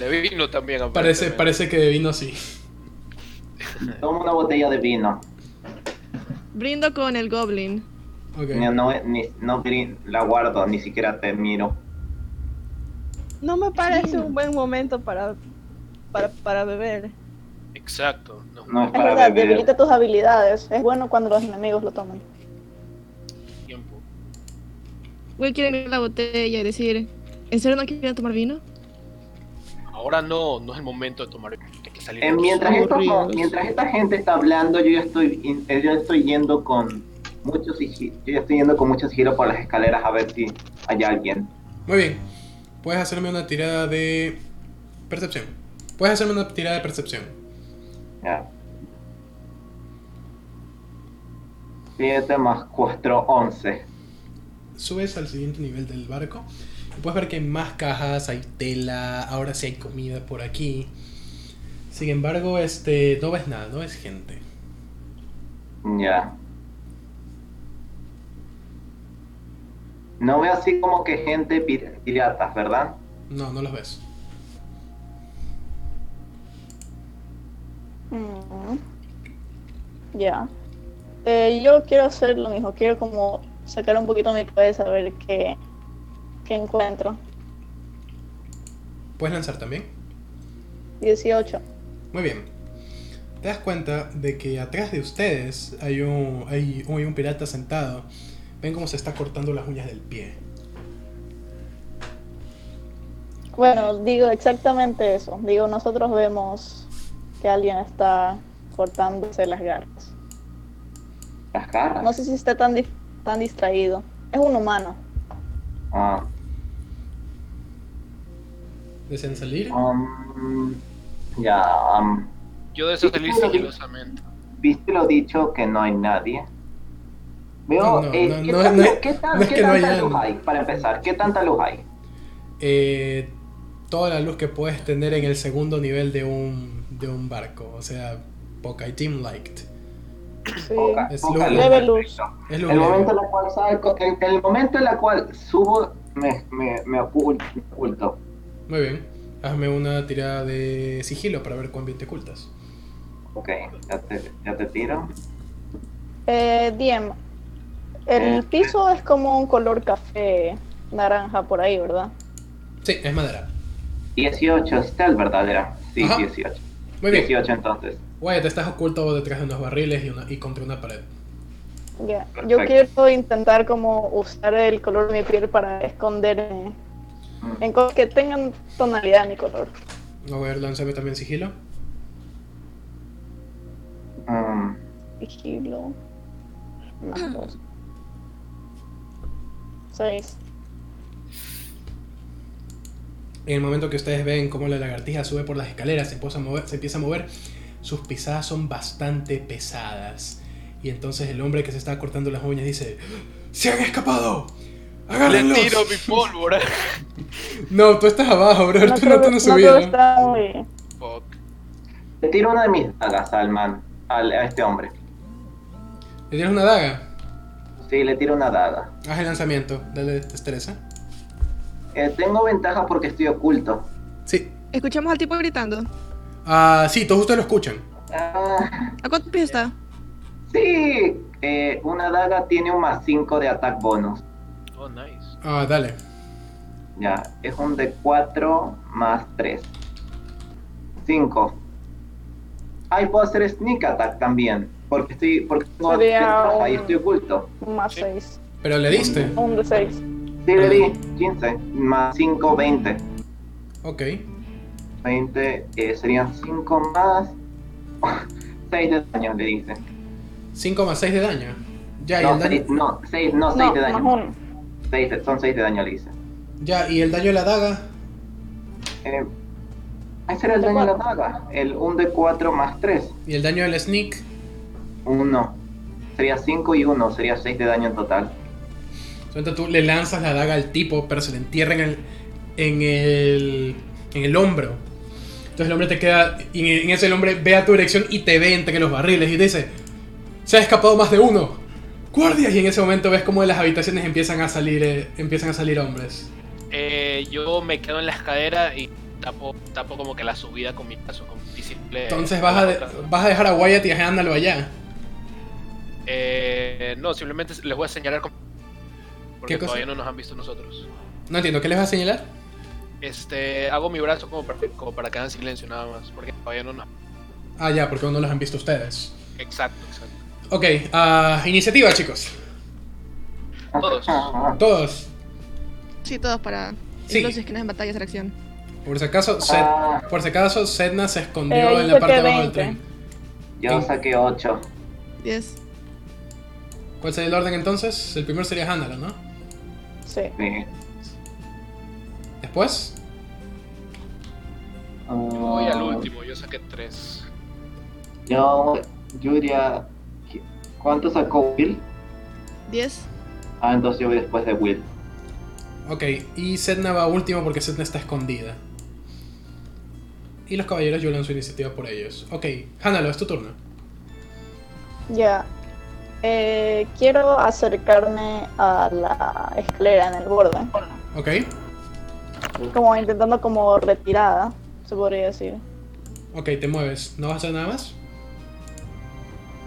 De vino también
parece,
aparentemente.
parece que de vino sí.
Toma una botella de vino.
Brindo con el goblin.
Ok.
Ni- No, ni- no gri- la guardo, ni siquiera te miro.
No me parece un buen momento para, para, para beber.
Exacto. No,
No es
Es
para
verdad,
beber.
debilita tus habilidades. Es bueno cuando los enemigos lo toman.
tiempo.
Will quiere mirar la botella y decir, ¿en serio no quieren tomar vino?
Ahora no, no es el momento de tomar. Hay que salir.
Eh,
de
mientras,
aquí.
estos-
Aburridos.
mientras esta gente está hablando, yo ya estoy, in- eh, yo estoy yendo con muchos yo ya estoy yendo con muchos giros por las escaleras a ver si hay alguien.
Muy bien. Puedes hacerme una tirada de percepción. Puedes hacerme una tirada de percepción.
Ya. 7 más 4, 11.
Subes al siguiente nivel del barco y puedes ver que hay más cajas, hay tela, ahora sí hay comida por aquí. Sin embargo, este, no ves nada, no ves gente.
Ya. No veo así como que gente pir- piratas, ¿verdad?
No, no los ves.
Mm. Ya. Eh, yo quiero hacer lo mismo. Quiero como sacar un poquito mi cabeza a ver qué, qué encuentro.
Puedes lanzar también.
18.
Muy bien. Te das cuenta de que atrás de ustedes hay un, hay, un- hay un pirata sentado. Ven cómo se está cortando las uñas del pie.
Bueno, digo exactamente eso. Digo, nosotros vemos que alguien está cortándose las garras.
Las garras.
No sé si está tan, dis- tan distraído. Es un humano.
Ah,
¿Desean salir?
um, ya. um,
Yo deseo salir sigilosamente.
¿Viste lo dicho que no hay nadie? Veo.
No, no,
eh,
no,
¿Qué
no,
tan-
no es-
qué tan-
no es
qué
que no
tanta
haya-
luz hay? Para empezar, ¿qué tanta luz hay?
eh, toda la luz que puedes tener en el segundo nivel de un, de un barco. O sea, poca y dim light.
Sí.
Poca,
Es
poca
luz.
luz.
Leve luz.
perfecto.
Es lo
El momento en
que
la cual salgo, en el momento en la cual subo, me, me, me ocul- me oculto.
Muy bien. Hazme una tirada de sigilo para ver cuán bien te ocultas.
Ok, ya te, ya te tiro.
Eh, Diem, el
Eh.
piso es como un color café naranja por ahí, ¿verdad?
Sí, es madera.
18, esta es verdadera. Sí,
Ajá.
18.
Muy bien.
18 entonces.
Wyatt, estás oculto detrás de unos barriles y, una- y contra una pared.
Ya, Yo
Perfecto.
quiero intentar como usar el color de mi piel para esconderme
Mm.
en cosas que tengan tonalidad de mi color.
A ver, lánzame también sigilo.
Mm,
Sigilo. Más dos. Seis.
En el momento que ustedes ven cómo la lagartija sube por las escaleras, se empieza a mover, se empieza a mover sus pisadas son bastante pesadas. Y entonces el hombre que se está cortando las uñas dice, "¡Ah! ¡Se han escapado!
Le
¡Agárrenlos!
tiro mi pólvora.
No, tú estás abajo, bro. tú no
creo
te
que-
has
no
subido.
creo que está muy-
Fuck.
Le tiro una de mis dagas al man, al- a este hombre.
¿Le tienes una daga?
Sí, le tiro una daga.
Haz el lanzamiento. Dale destreza.
Eh, tengo ventaja porque estoy oculto.
Sí.
Escuchamos al tipo gritando.
Ah, sí, todos ustedes lo escuchan.
Ah,
¿A cuántos pies está?
sí, eh, una daga tiene un más 5 de ataque bonus.
Oh, nice.
Ah, dale.
Ya, es un de 4 más 3. 5. Ahí puedo hacer sneak attack también. Porque estoy, porque tengo
Sería
ventaja y
un-
estoy oculto.
un más
Sí.
seis.
Pero le diste.
Un de seis.
Sí, le di 15. Más 5, 20.
Ok.
20 eh, serían 5 más 6 de daño, le dice.
5 más 6 de daño. Ya, y
No,
el daño.
6, no, 6, no, 6
No,
de
más
daño.
uno.
Seis de- son 6 de daño, le dice.
Ya, y el daño de la daga.
Eh, ese era el
De
daño de la
cuatro.
daga. El 1 de 4 más 3.
Y el daño del sneak.
1. Sería 5 y 1, sería 6 de daño en total.
Entonces tú le lanzas la daga al tipo, pero se le entierra en el, en el, en el hombro. Entonces el hombre te queda, y en- en ese el hombre ve a tu dirección y te ve entre los barriles y te dice, se ha escapado más de uno. Guardias, y en ese momento ves como de las habitaciones empiezan a salir, eh, empiezan a salir hombres.
Eh, yo me quedo en la escalera y tapo, tapo como que la subida con mi brazo, con disciplina.
Entonces vas a, de- vas a dejar a Wyatt y a Ándalo allá.
Eh, no, simplemente les voy a señalar con... porque
¿Qué cosa?
todavía no nos han visto nosotros.
No entiendo, ¿qué les vas a señalar?
Este, hago mi brazo como para, como para que hagan silencio nada más, porque todavía no nos...
Ah, ya, porque aún no los han visto ustedes.
Exacto, exacto.
Ok, ah, iniciativa chicos.
Todos.
Todos.
Sí, todos para
Sí.
los esquinas en batalla, hacer acción.
Por si acaso, Sed-
Ah,
por si acaso Sedna se escondió
Eh,
en
yo
la parte de
saqué
abajo del tren.
20.
yo saqué 8.
10.
¿Cuál sería el orden entonces? El primero sería Hándalo, ¿no?
Sí.
Sí.
Después,
Yo voy al último, yo saqué tres.
Ah, Yo, yo diría. ¿Cuánto sacó Will?
10.
Ah, entonces yo voy después de Will.
ok, y Sedna va último porque Sedna está escondida. Y los caballeros yo lanzo iniciativa por ellos. Ok, Hándalo, es tu turno.
Ya. Eh, quiero acercarme a la escalera en el borde.
Ok,
Como intentando como retirada, se podría decir.
ok, te mueves. ¿No vas a hacer nada más?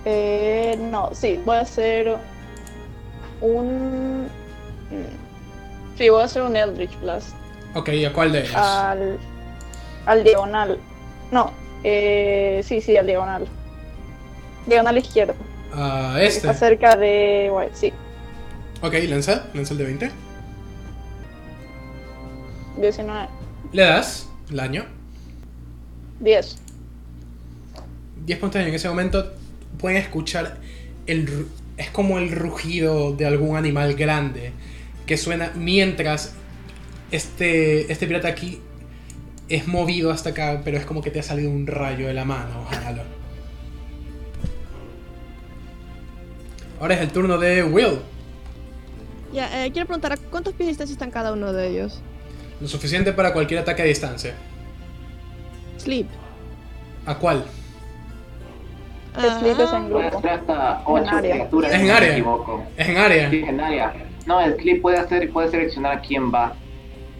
Eh, no, sí, voy a hacer un... mm, Sí, voy a hacer un Eldritch Blast
Ok, ¿a cuál de ellos?
al, al diagonal. No, eh, sí, sí, al diagonal. Diagonal izquierdo.
A
que
este.
Está cerca de... White, sí,
Ok, lanza, lanza el de 20.
19,
Le das el daño.
10.
10 puntos de daño. En ese momento pueden escuchar el ru- es como el rugido de algún animal grande que suena mientras este este pirata aquí es movido hasta acá, pero es como que te ha salido un rayo de la mano, ojalá. Ahora es el turno de Will.
Ya, eh, quiero preguntar, ¿a cuántos pies de distancia están cada uno de ellos?
Lo suficiente para cualquier ataque a distancia.
Sleep.
¿A cuál?
Ah,
Sleep es en
Puede
grupo.
hacer hasta 8
área.
criaturas,
Es en
si no
área.
me equivoco.
Es en área.
Sí, en área. No, el clip puede hacer, puede seleccionar quién va.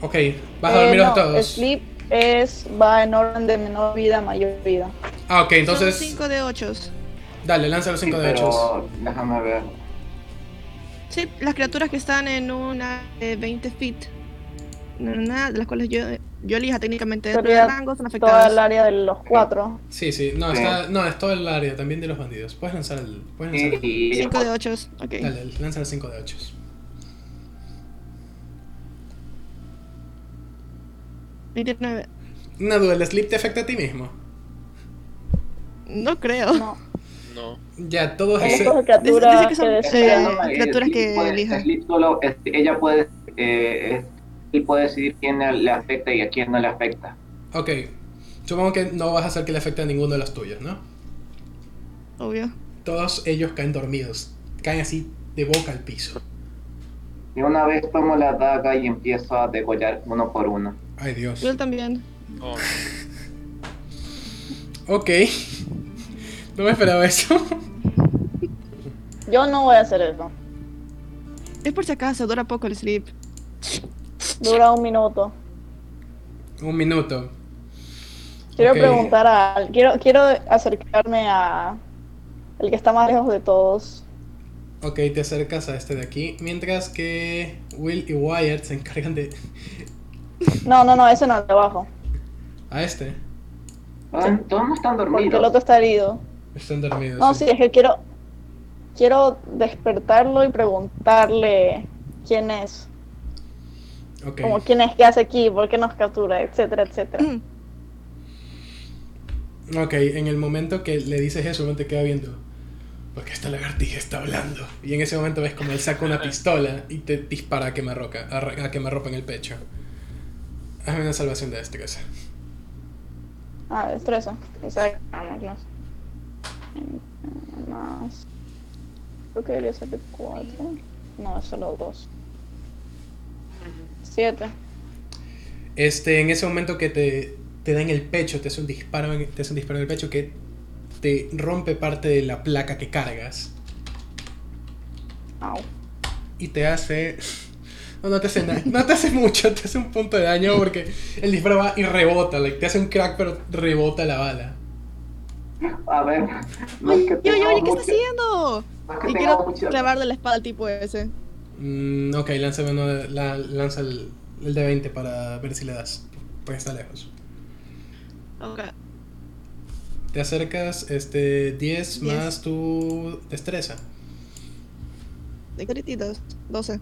Ok, vas a dormir
Eh,
a
no,
todos.
Sleep es, va en orden de menor vida a mayor vida.
Ah, ok, entonces.
Son 5 de 8.
Dale, lanza los 5
Sí,
de
pero
8.
déjame ver.
Sí, las criaturas que están en una de 20 feet. nada, de las cuales yo, yo elija técnicamente dentro
Sería
del rango son
Toda
afectadas.
el área de los cuatro.
Sí, sí, no,
Ok.
está, no, es todo el área, también de los bandidos. Puedes lanzar el. Puedes lanzar el-
Y,
5 de 8, ok.
Dale, lanza el 5 de 8.
Y tiene-
Una duel sleep te afecta a ti mismo.
No creo.
No.
No.
Ya, todos
Son
ese-
las
Dice- dice
criaturas
que son-
que
eh,
desean mal.
criaturas
Slip
que
puede-
elija.
Slip solo, este, ella puede, eh, Slip puede decidir quién le afecta y a quién no le afecta.
Ok. Supongo que no vas a hacer que le afecte a ninguno de los tuyos, ¿no?
Obvio.
Todos ellos caen dormidos. Caen así de boca al piso.
Y una vez tomo la daga y empiezo a degollar uno por uno.
Ay, Dios.
Yo también.
Oh,
Ok. No me esperaba eso.
Yo no voy a hacer eso.
Es por si acaso, dura poco el sleep.
Dura un minuto.
Un minuto.
Quiero
Ok.
preguntar a al- quiero quiero acercarme a el que está más lejos de todos.
Ok, te acercas a este de aquí. Mientras que Will y Wyatt se encargan de.
No, no, no, ese no, el de abajo,
A este.
Ah, Todos no están
porque el
dormidos.
otro está herido.
Están dormidos.
No, Ah, sí, es que quiero quiero despertarlo y preguntarle quién es,
Ok.
como quién es que hace aquí, por qué nos captura, etcétera, etcétera.
Ok, en el momento que le dices eso, uno te queda viendo. Porque esta lagartija está hablando. Y en ese momento ves como él saca una pistola y te dispara a quemarropa, a, ra- a quemarropa en el pecho. Hazme una salvación de este destreza.
Ah, destreza. Exacto. Más. Creo que debería ser de 4. No, es solo 2. 7.
Este, en ese momento que te, te da en el pecho, te hace un disparo en, te hace un disparo en el pecho que te rompe parte de la placa que cargas
Au.
y te hace. No, no te hace nada. No te hace mucho, te hace un punto de daño porque el disparo va y rebota. like, te hace un crack, pero rebota la bala.
A ver. no es
Oye,
que
oye,
tengamos
oye, ¿qué está
mucho-
haciendo?
no es que
Y
tengamos
quiero
mucho-
clavarle la espada al tipo ese.
Mm, ok, lánzame uno de- la, lanza el, el de 20 para ver si le das. Porque está lejos.
Ok.
Te acercas este 10
Diez.
más tu destreza.
De carititos. 12.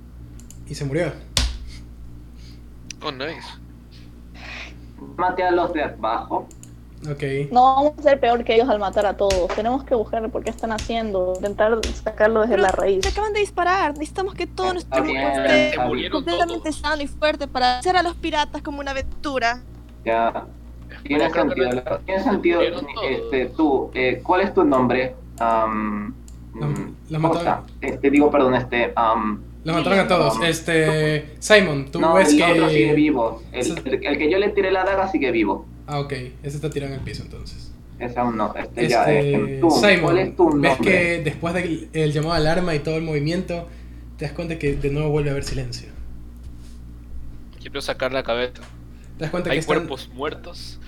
Y se murió.
oh, nice.
Mate a los de abajo.
Ok.
No vamos a ser peor que ellos al matar a todos. Tenemos que buscar por qué están haciendo, intentar sacarlo desde
Pero
la raíz.
Te acaban de disparar. Necesitamos que todo nuestro grupo
bien,
esté
está
bien.
completamente sano y fuerte para hacer a los piratas como una aventura.
Ya. Tiene
Creo que
sentido.
me-
la- Tiene sentido.
murieron todos.
Este, tú, eh, ¿cuál es tu nombre? Am,
Los-
mm,
los mataron.
cosa. Este, digo, perdón, este. am,
Los mataron a todos. Este. Simon, tú
no,
ves
el
que.
otro sigue vivo. El,
Eso-
el- el que yo le tiré la daga sigue vivo.
Ah, ok. Ese está tirado en el piso entonces.
Ese aún no. Este,
Este,
ya. eh, tú, ¿cuál es tu
Simon,
nombre?
ves que después del el llamado de alarma y todo el movimiento, te das cuenta que de nuevo vuelve a haber silencio.
Quiero sacar la cabeza.
Te das cuenta
Hay
que están-
cuerpos muertos.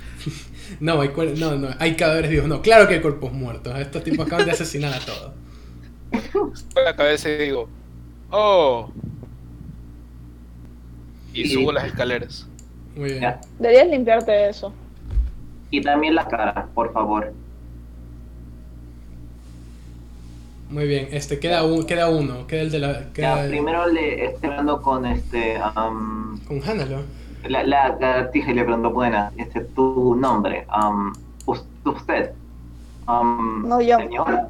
No, hay cuer- no, no, hay cadáveres vivos. No, claro que hay cuerpos muertos. Estos tipos acaban de asesinar a todos.
Saco la cabeza y digo, oh. Y
Y-
subo las escaleras.
Muy bien.
Ya.
Deberías limpiarte de eso.
Y también la cara, por favor.
Muy bien. Este queda un- queda uno, queda el de la queda
Ya, primero le estoy hablando con este. am,
con Hanalo.
la, la lagartija y le pregunto, buena, este, tu nombre. am, us- usted. am,
No, yo.
Señor.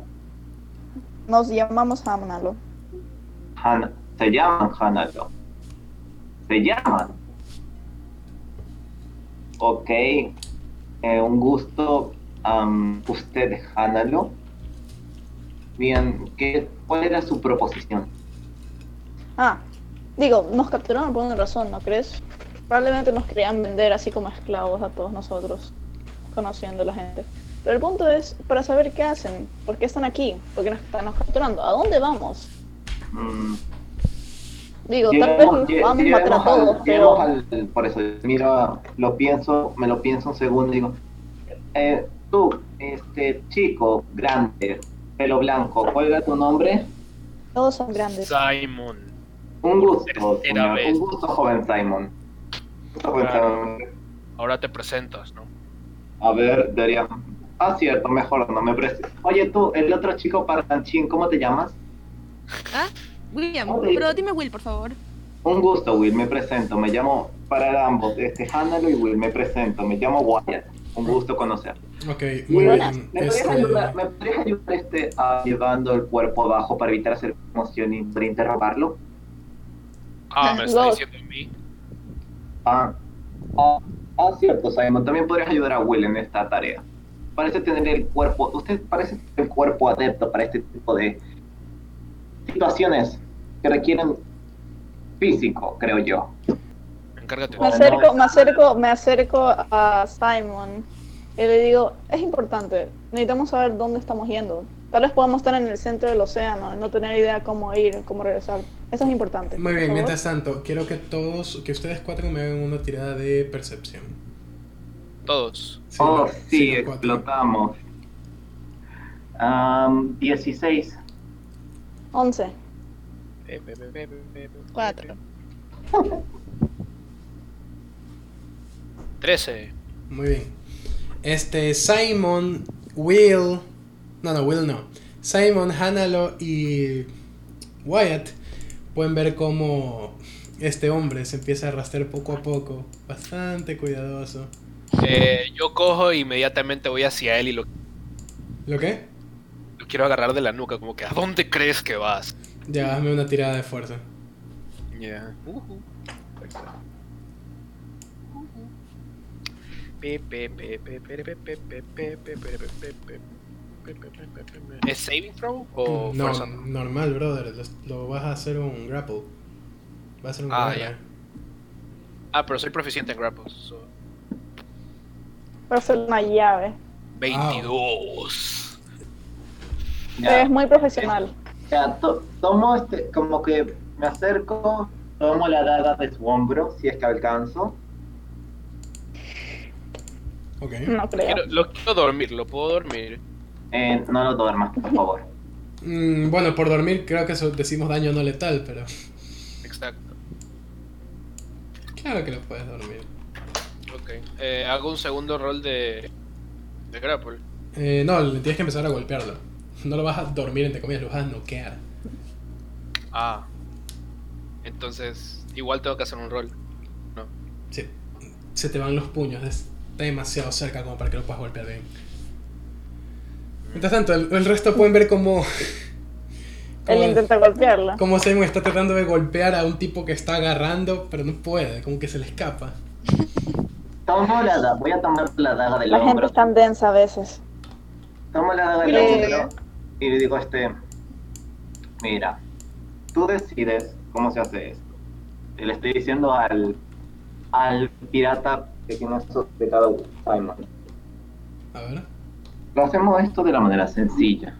Nos llamamos Hamnalo.
Han- se llaman Hanalo. Se llaman. Ok. Eh, un gusto. am, usted, Hanalo. Bien, ¿qué, ¿cuál era su proposición?
Ah, digo, nos capturaron por una razón, ¿no crees? Probablemente nos querían vender así como esclavos a todos nosotros, conociendo a la gente. Pero el punto es para saber qué hacen, por qué están aquí, por qué nos están nos capturando, a dónde vamos.
Mm,
Digo, tal vez
Lleguemos-
nos
lle-
vamos a matar a
lleguemos al-
todos, pero
lleguemos al- por eso, mira, lo pienso, me lo pienso un segundo y digo, eh, tú, este chico grande, pelo blanco, ¿cuál era tu nombre?
todos son grandes.
Simon.
Un
Por
gusto,
tercera
señor,
vez.
un gusto, joven Simon. Ahora,
Ahora te presentas, ¿no?
a ver, Daria. Ah, cierto, mejor no me prestes. Oye, tú, el otro chico parlanchín, ¿cómo te llamas?
¿Ah? William,
Ok.
pero dime Will, por favor.
Un gusto, Will, me presento. Me llamo para ambos, este, Hannah y Will, me presento. Me llamo Wyatt. Un gusto conocer.
Ok, muy
Buenas,
bien.
¿Me podrías
este,
ayudar, ¿me podrías ayudar este, a llevando el cuerpo abajo para evitar hacer emoción y poder interrogarlo?
Ah, me está
Dos.
diciendo a mí.
Ah, ah, ah, cierto, Simon. También podrías ayudar a Will en esta tarea. Parece tener el cuerpo, usted parece tener el cuerpo adepto para este tipo de situaciones que requieren físico, creo yo.
Encárgate.
Me
Bueno.
acerco, me acerco, me acerco a Simon y le digo, es importante, necesitamos saber dónde estamos yendo. Tal vez podamos estar en el centro del océano y no tener idea cómo ir, cómo regresar. Eso es importante.
Muy
por
bien,
favor.
mientras tanto, quiero que todos, que ustedes cuatro me hagan una tirada de percepción.
Todos.
Sí,
oh,
no,
sí,
los cuatro.
explotamos. Am, 16.
11.
Cuatro.
13.
Muy bien. Este, Simon, Will. No, no, Will no. Simon, Hanalo y Wyatt pueden ver cómo este hombre se empieza a arrastrar poco a poco. Bastante cuidadoso.
Eh, yo cojo e inmediatamente voy hacia él y lo,
¿Lo qué?
lo quiero agarrar de la nuca, como que ¿a dónde crees que vas?
Ya, hazme una tirada de fuerza.
Ya. Ujú. Ahí está. Ujú. Pe, pe, pe, pe, pe, pe, pe, pe, pe, pe, pe, pe, pe, pe, pe, pe, pe, pe, pe, pe. ¿Es saving throw o
no,
Oh, fuerza?
normal, brother. Lo, lo vas a hacer un grapple. Va a ser un
Ah,
grapple.
ya. Ah, pero soy proficiente en grapples. so-
Pero es una llave.
22.
Ya.
Es muy profesional.
Ya, to- tomo este, como que me acerco, tomo la daga de su hombro, si es que alcanzo.
Ok.
No creo.
Quiero- lo quiero dormir, lo puedo dormir.
Eh, no lo duermas, por favor.
Mm, bueno, por dormir creo que eso decimos daño no letal, pero
Exacto.
claro que lo puedes dormir.
Ok. Eh, hago un segundo rol de, de grapple.
Eh, no, le tienes que empezar a golpearlo. No lo vas a dormir, entre comillas, lo vas a noquear.
Ah. Entonces, igual tengo que hacer un rol. No.
Sí. Se te van los puños, es- está demasiado cerca como para que lo puedas golpear bien. Mientras tanto, el, el resto pueden ver cómo,
Él intenta golpearla.
cómo Simon está tratando de golpear a un tipo que está agarrando, pero no puede, como que se le escapa.
Tomo la daga, voy a tomar la daga del
La gente
hombro.
es tan densa a veces.
Tomo la daga del
Eh.
hombro y le digo a este, mira, tú decides cómo se hace esto. Y le estoy diciendo al, al pirata que tiene eso de cada uno, Simon.
A ver.
Lo hacemos esto de la manera sencilla.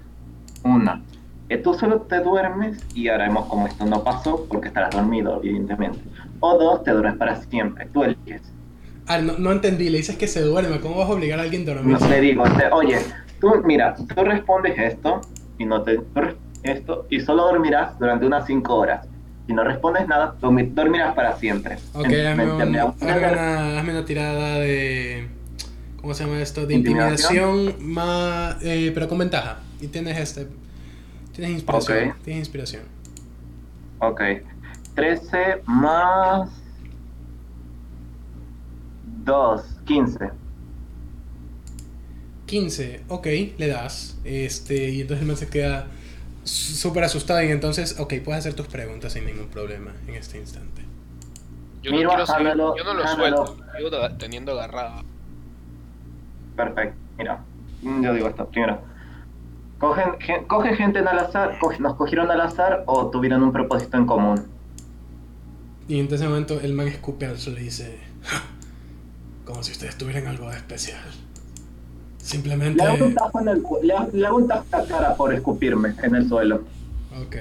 Una, que tú solo te duermes y haremos como esto no pasó porque estarás dormido, evidentemente. O dos, te duermes para siempre, tú eliges.
Ah, no, no entendí, le dices que se duerma, ¿cómo vas a obligar a alguien a dormir?
No te digo, te- oye, tú mira, tú respondes esto y no te tú res- esto y solo dormirás durante unas 5 horas. Si no respondes nada, dormi- dormirás para siempre.
Ok,
En-
hazme,
me-
un-
me-
hazme una, hazme una tirada de. ¿Cómo se llama esto? De
Intimidación.
intimidación, más, eh, pero con ventaja. Y tienes este. Tienes inspiración.
Ok.
Tienes inspiración.
Ok. 13 más 2, 15.
15, ok, le das. Este, y entonces el man se queda s- súper asustado. Y entonces, ok, puedes hacer tus preguntas sin ningún problema en este instante.
Yo no,
Mira,
quiero seguir-
jálalo,
yo no lo
jálalo.
suelto. Yo la- teniendo agarrada.
Perfecto. Mira, yo digo esto primero. Cogen, gen- coge gente al azar, co- nos cogieron al azar o tuvieron un propósito en común.
Y en ese momento el man escupe al suelo y dice: "Ja, Como si ustedes tuvieran algo de especial. Simplemente.
Le hago un tajo en el cu- le hago- le hago un tajo en la cara por escupirme en el suelo.
Ok.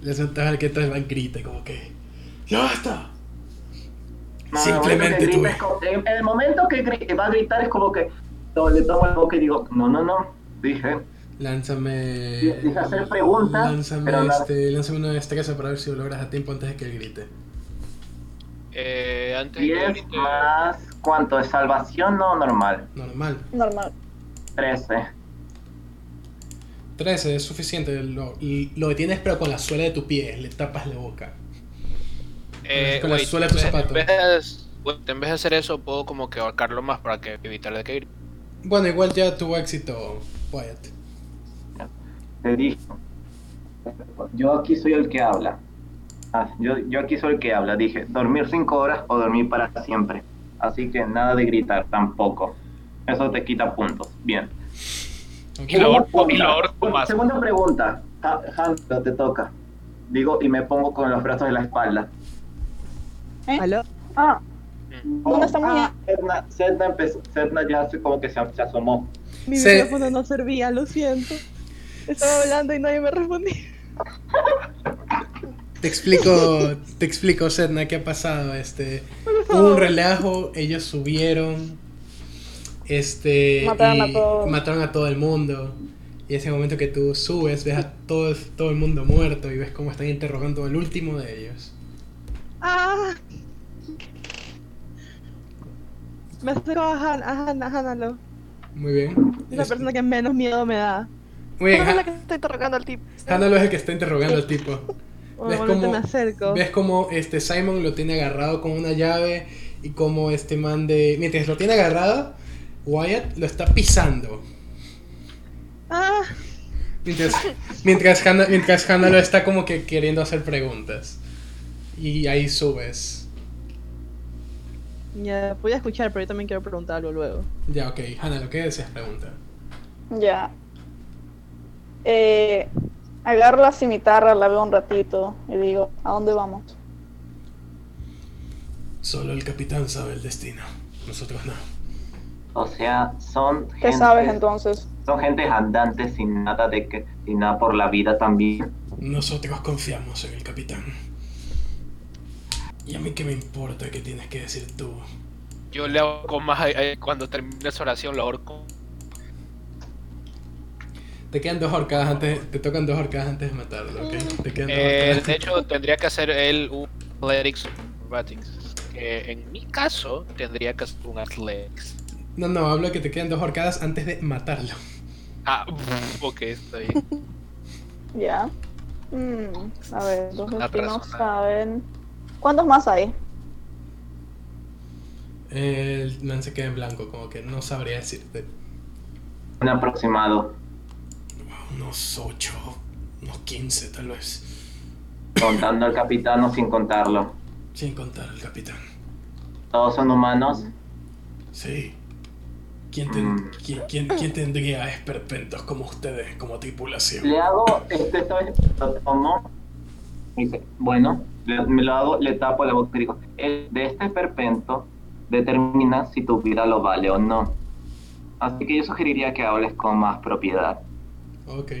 Les sentaba el que entra el man grita y como que. ¡Ya basta! Simplemente
en el momento que grita
tuve.
es como- en- en el momento que gri- va a gritar es como que to- le tomo la boca y digo, no, no, no, dije.
Lánzame.
Deja hacer preguntas,
Lánzame,
pero nada.
este, lánzame una destreza para ver si lo logras a tiempo antes de que él grite.
Eh, antes de
10
ahorita-
más. ¿Cuánto? ¿Es salvación o normal?
Normal.
Normal.
13.
13 es suficiente. Lo, lo detienes, pero con la suela de tu pie. Le tapas la boca.
Eh,
Con la
wait,
suela de tu
en vez-
zapato.
En vez, de, wait, en vez de hacer eso, puedo como que ahorcarlo más para que evitar de que grite.
Bueno, igual ya tuvo éxito, Wyatt.
Te dije. Yo aquí soy el que habla. Ah, yo, yo aquí soy el que habla. Dije, dormir 5 horas o dormir para siempre. Así que nada de gritar tampoco. Eso te quita puntos. Bien.
Ok.
Y lo ahorco, y lo ahorco
Segunda-
más.
Segunda pregunta. Ha- Hanzo, te toca. Digo, y me pongo con los brazos de la espalda.
¿Eh?
¿Aló?
Ah, ¿Dónde está
Ah,
Muñe?
Sedna- Sedna empezó- Sedna ya se- como que se, se asomó.
Mi
Se-
micrófono no servía, lo siento. Estaba hablando y nadie me respondía.
Te explico, te explico, Sedna, qué ha pasado. Este, hubo un relajo, ellos subieron, este,
Mataron a
y
todo-
mataron a todo el mundo. Y ese momento que tú subes, ves a todo, todo el mundo muerto y ves cómo están interrogando al último de ellos.
Ah. Me acerco a Han, a Han, a Hanalo.
Muy bien.
Es la
Este,
persona que menos miedo me da.
Muy bien,
No es la
Ha-
que está interrogando al tipo.
Hanalo es el que está interrogando al tipo. ¿Ves
Normalmente
cómo-
me acerco.
Ves como este Simon lo tiene agarrado con una llave y como este man de... Mientras lo tiene agarrado, Wyatt lo está pisando.
Ah,
Mientras, mientras, Hannah, mientras Hannah lo está como que queriendo hacer preguntas. Y ahí subes.
ya voy a escuchar, pero yo también quiero preguntar algo luego.
Ya, ok. Hannah, lo que deseas pregunta.
ya. Eh, agarro la cimitarra, la veo un ratito y digo, ¿a dónde vamos?
Solo el capitán sabe el destino. Nosotros no.
O sea, son
¿Qué sabes entonces?
son gentes andantes sin nada de que sin nada por la vida también.
Nosotros confiamos en el capitán. Y a mí qué me importa qué tienes que decir tú.
Yo le ahorco más a- a- cuando termine su oración, lo ahorco.
Te quedan dos horcadas antes... Te tocan dos horcadas antes de matarlo, ¿ok? Te quedan dos
Eh,
horcadas.
de hecho, tendría que hacer él un Athletics o Acrobatics. Que en mi caso, tendría que hacer un Athletics.
No, no, hablo que te quedan dos horcadas antes de matarlo.
Ah, ok, está bien.
Ya. Mm, a ver, entonces
Una
si no
persona.
saben. ¿Cuántos más hay?
El man se queda en blanco, como que no sabría decirte.
Un aproximado.
Unos 8, unos 15 tal vez,
Contando al capitán o sin contarlo.
sin contar al capitán.
Todos son humanos.
Sí. ¿Quién, ten-
Mm.
quién, quién- quién tendría esperpentos como ustedes, como tripulación?
Le hago, este esta vez lo tomo. y Dice, bueno, le, me lo hago, le tapo la boca y digo, "El de este perpento determina si tu vida lo vale o no. Así que yo sugeriría que hables con más propiedad.
Ok.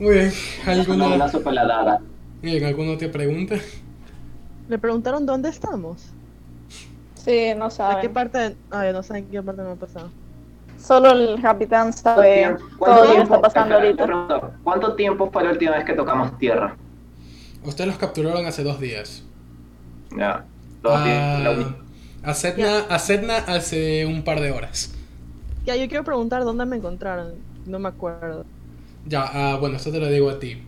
Muy bien.
Un
¿Alguna,
lazo con la daga.
bien, ¿alguna otra pregunta?
Le preguntaron dónde estamos.
Sí, no
¿A qué
saben.
parte? de- Ah, yo no sé en qué parte me ha pasado.
Solo el capitán sabe Pues, todo
¿Cuánto
lo que
tiempo-
está pasando
espera, te
ahorita.
pregunto, ¿Cuánto tiempo fue la última vez que tocamos tierra?
Ustedes los capturaron hace dos días.
Ya. Dos días, la
A, a, Sedna, a Sedna hace un par de horas.
Ya, yo quiero preguntar dónde me encontraron. No me acuerdo.
Ya, ah, bueno, esto te lo digo a ti.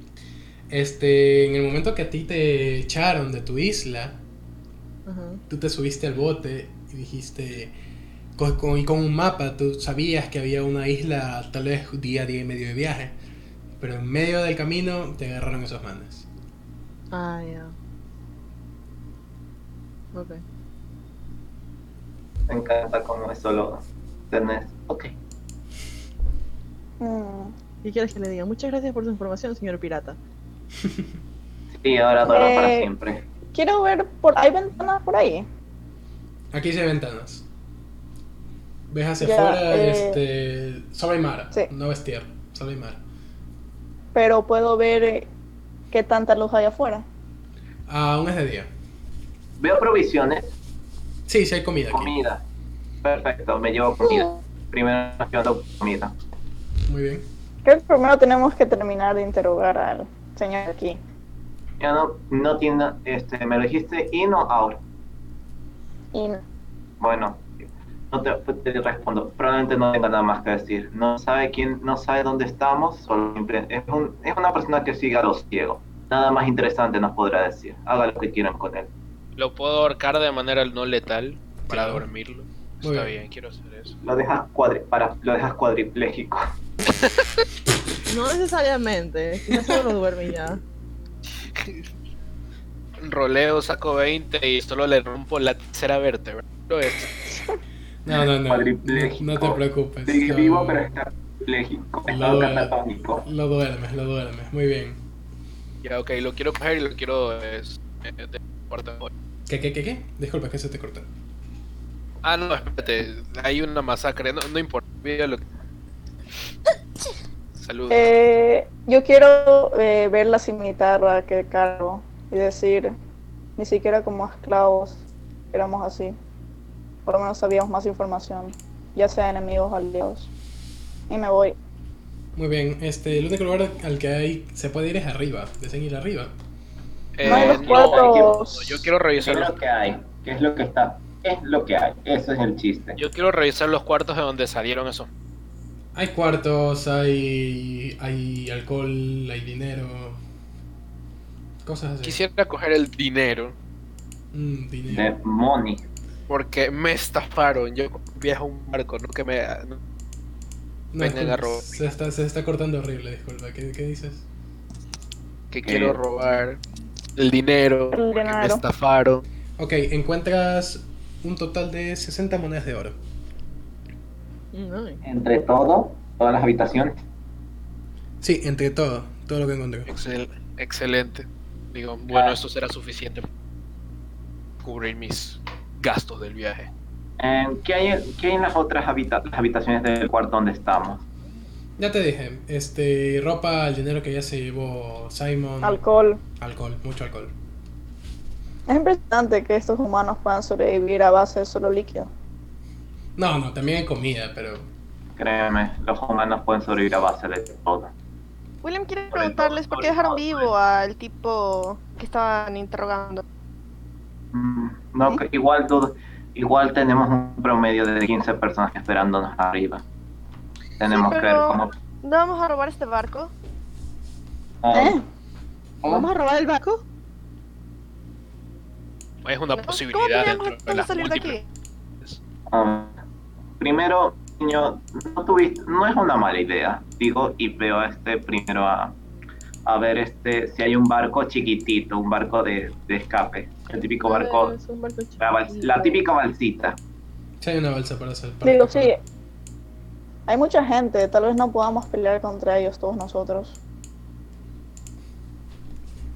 Este, en el momento que a ti te echaron de tu isla,
Ajá.
tú te subiste al bote y dijiste, con, con- y con un mapa, tú sabías que había una isla tal vez día, día y medio de viaje, pero en medio del camino te agarraron esos manes.
Ah, ya. Ok.
Me encanta cómo eso lo tenés. Ok.
Mm.
¿Qué quieres que le diga? Muchas gracias por su información, señor pirata.
Sí, ahora todo para
Eh,
siempre.
Quiero ver por hay ventanas por ahí.
Aquí sí hay ventanas. Ves hacia
Ya,
afuera,
eh,
este, sobre el mar,
sí.
no ves tierra, sobre el mar.
Pero puedo ver eh, qué tanta luz hay afuera.
Aún es de día.
Veo provisiones,
Sí, sí hay comida aquí.
comida. Perfecto, me llevo comida. Primero me llevo comida.
Muy bien.
Creo que primero tenemos que terminar de interrogar al señor aquí.
Ya no, no tiene, este, me lo dijiste in o out.
Y no.
Bueno, no te, pues, te respondo. Probablemente no tenga nada más que decir. No sabe quién, no sabe dónde estamos. Solo impre- es, un- es una persona que sigue a los ciegos. Nada más interesante nos podrá decir. Haga lo que quieran con él.
Lo puedo ahorcar de manera no letal para
Claro.
dormirlo.
Muy
Está
bien.
bien, quiero hacer eso.
Lo dejas cuadri para, lo dejas cuadripléjico.
No necesariamente. No solo duerme ya.
Roleo, saco 20 y solo le rompo la tercera vértebra. Lo es.
No, no, no. No,
Cuadripléjico.
no te preocupes.
Sigue
lo-
vivo, pero está cuadripléjico. Estado
Pues Lo-
catatónico.
Lo duermes, lo duermes. Muy bien.
Ya, ok, lo quiero coger y lo quiero. es, eh, de puerta.
¿Qué, qué, qué, qué? Disculpa, es que se te cortó.
Ah, no, espérate. Hay una masacre. No, no importa. mira lo que- Saludos.
Eh, yo quiero eh, verla sin mi guitarra que cargo y decir, ni siquiera como esclavos éramos así. Por lo menos sabíamos más información, ya sea enemigos o aliados. Y me voy.
Muy bien, este, el único lugar al que hay, se puede ir es arriba. Desean ir arriba.
Eh,
no hay los
no,
cuartos.
yo quiero
¿Qué
revisar
es
los,
lo que hay? ¿Qué es lo que está? ¿Qué es lo que hay? Eso es el chiste.
yo quiero revisar los cuartos de donde salieron esos.
Hay cuartos, hay, hay alcohol, hay dinero. Cosas así.
Quisiera coger el dinero
Mm, dinero.
De money.
porque me estafaron. Yo viajo a un barco, no que me no
No,
Vengan
disculpa,
a robar.
se, está, se está cortando horrible, disculpa. ¿Qué, qué dices?
que
Eh,
quiero robar el dinero,
El
porque me
dinero.
estafaron.
Ok, encuentras un total de 60 monedas de oro.
No.
Entre todo, todas las habitaciones.
Sí, entre todo, todo lo que encontré.
Excel- excelente. Digo, bueno,
Ah.
esto será suficiente para cubrir mis gastos del viaje.
Eh, ¿qué, hay, ¿Qué hay en las otras habita- las habitaciones del cuarto donde estamos?
Ya te dije, este, ropa, el dinero que ya se llevó Simon.
Alcohol.
Alcohol, mucho alcohol.
Es impresionante que estos humanos puedan sobrevivir a base de solo líquido.
No, no, también hay comida, pero
Créeme, los humanos pueden sobrevivir a base de todo.
William quiere
Por el
preguntarles por qué dejaron vivo al tipo que estaban interrogando.
Mm, No, que- igual, dudo- igual tenemos un promedio de 15 personas esperándonos arriba. Tenemos
Sí,
que ver
pero-
cómo...
¿No vamos a robar este barco?
ah,
¿Eh?
¿cómo?
¿Vamos a robar el barco?
Es una
¿No? ¿Cómo
posibilidad
teníamos
dentro de
entonces
las
salir de
múltiples.
aquí?
Ah, primero, niño, no tuviste, no es una mala idea, digo, y veo a este primero a, a ver este si hay un barco chiquitito, un barco de, de escape, el típico barco,
Es un barco
la, bal- la típica balsita.
ya hay una balsa para hacer. para
Digo, sí.
escapar.
Hay mucha gente, tal vez no podamos pelear contra ellos todos nosotros.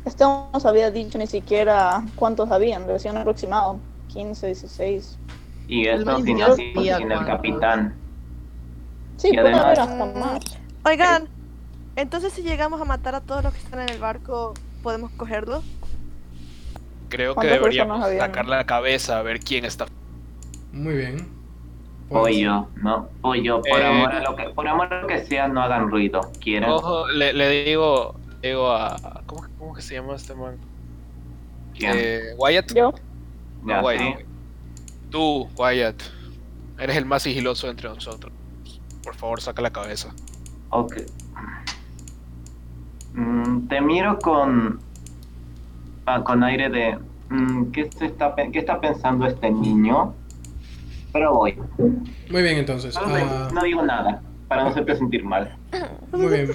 Este no nos había dicho ni siquiera cuántos habían, decían aproximado 15, 16.
Y eso
más
sin,
idiota,
sin- sin el
Juan.
capitán.
Sí,
Y
puede haber
además-
hasta más.
Oigan, entonces si llegamos a matar a todos los que están en el barco, ¿podemos cogerlo?
Creo que
¿Cuántas
deberíamos
personas habían?
sacar la cabeza a ver quién está.
Muy bien.
Voy yo, no, voy yo, por
Pues Eh.
amor a lo que, por amor a lo que sea, no hagan ruido. Quieren
Ojo, le, le digo, le digo a. ¿Cómo, que- cómo que se llama este man?
¿Quién?
Eh, Wyatt.
Yo,
Ya,
No, Wyatt,
sí.
no. Tú, Wyatt. Eres el más sigiloso entre nosotros. Por favor, saca la cabeza.
Ok. Mm, te miro con. ah, con aire de. mm, ¿qué, se está, pe- qué está pensando este niño? Pero voy.
Muy bien, entonces.
No,
Pues, ah,
no digo nada, para no hacerte sentir mal.
muy bien.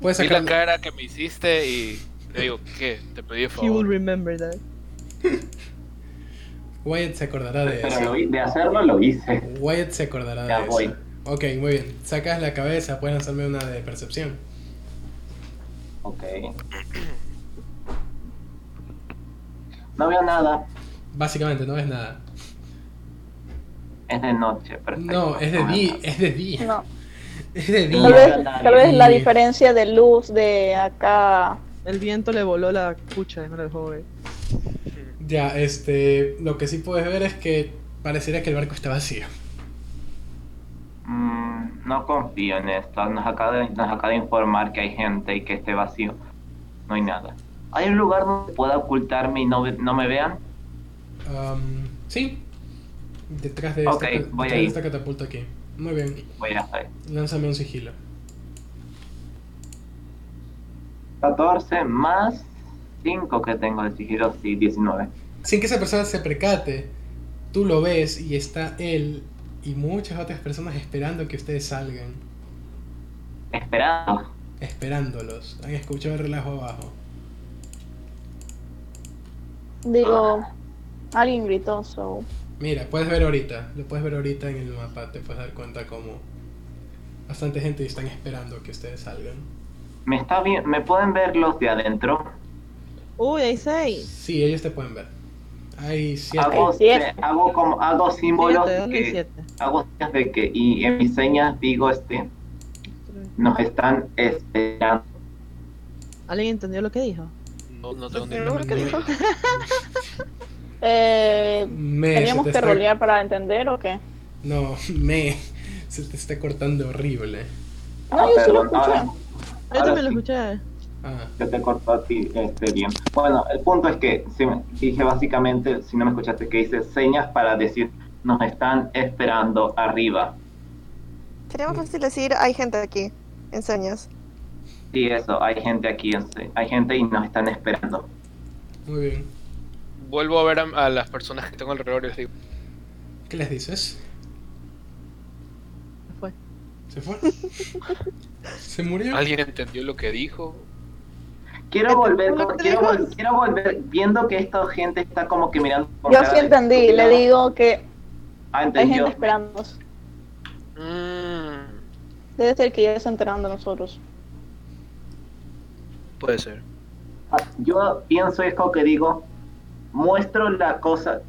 Puedes
Vi la
sacar.
cara que me hiciste y le digo, ¿qué? Te pedí el
He will
favor.
remember that.
Wyatt se acordará de
Pero lo
eso.
hi- de hacerlo lo hice.
Wyatt se acordará
Ya
de
voy.
eso. Ok, muy bien. Sacas la cabeza, puedes lanzarme una de percepción.
Ok. No veo nada.
Básicamente, no ves nada.
Es de noche, perfecto.
No, es de día. Es de día.
no.
Es de
No
Tal
día.
veo
vez,
nada.
tal vez la
Sí.
diferencia de luz de acá.
El viento le voló la cucha, me lo dejó ver.
Ya, este. Lo que sí puedes ver es que pareciera que el barco está vacío.
Mm, no confío en esto. Nos acaba, de, nos acaba de informar que hay gente y que esté vacío. este No hay nada. ¿Hay un lugar donde pueda ocultarme y no, ve- no me vean?
Am, Um, sí. Detrás de,
Ok,
esta,
voy
detrás
ahí.
de esta catapulta aquí. Muy bien.
Voy hasta ahí.
Lánzame un sigilo.
14 más 5 que tengo de sigilo, sí, 19.
Sin que esa persona se percate, tú lo ves y está él y muchas otras personas esperando que ustedes salgan.
Esperando.
Esperándolos. Han escuchado el relajo abajo.
Digo, alguien gritó, so.
Mira, puedes ver ahorita. Lo puedes ver ahorita en el mapa. Te puedes dar cuenta como bastante gente están esperando que ustedes salgan.
¿Me, está bien? ¿Me pueden ver los de adentro?
Uy, hay seis.
Sí, ellos te pueden ver. Hay siete.
Hago,
siete.
hago, como, hago símbolos
Siete, ¿dónde hay
que,
siete?
hago señas de que y en mis señas digo este nos están esperando
¿Alguien entendió lo que dijo?
No, no tengo ni
Pero bueno, ¿qué dijo?
Eh,
Me, se
¿Teníamos
te
que
está-
rolear para entender o qué?
No, me. Se te está cortando horrible.
No,
Ah,
yo sí lo
perdón,
escuché.
ahora-
Yo
ahora
también lo
sí.
escuché.
Ah,
Yo te cortó a ti este, bien. Bueno, el punto es que sí, dije básicamente, si no me escuchaste, que hice señas para decir nos están esperando arriba.
Sería más fácil decir, hay gente aquí, en señas.
Y eso, hay gente aquí, en se- hay gente y nos están esperando.
muy bien.
Vuelvo a ver a, a las personas que tengo alrededor y les digo,
¿Qué les dices?
Fue.
¿Se fue? ¿Se murió?
¿alguien entendió lo que dijo?
Quiero volver,
¿Lo
con-
que
quiero,
dijo?
vol- quiero volver viendo que esta gente está como que mirando. con
Yo
cara
sí
de
entendí,
estúpido.
le digo que
Ah,
hay gente
entendió.
esperando.
Mmm,
Mm,
Debe ser que ya está enterando de nosotros.
puede ser.
Ah, Yo pienso esto que digo, muestro la cosa,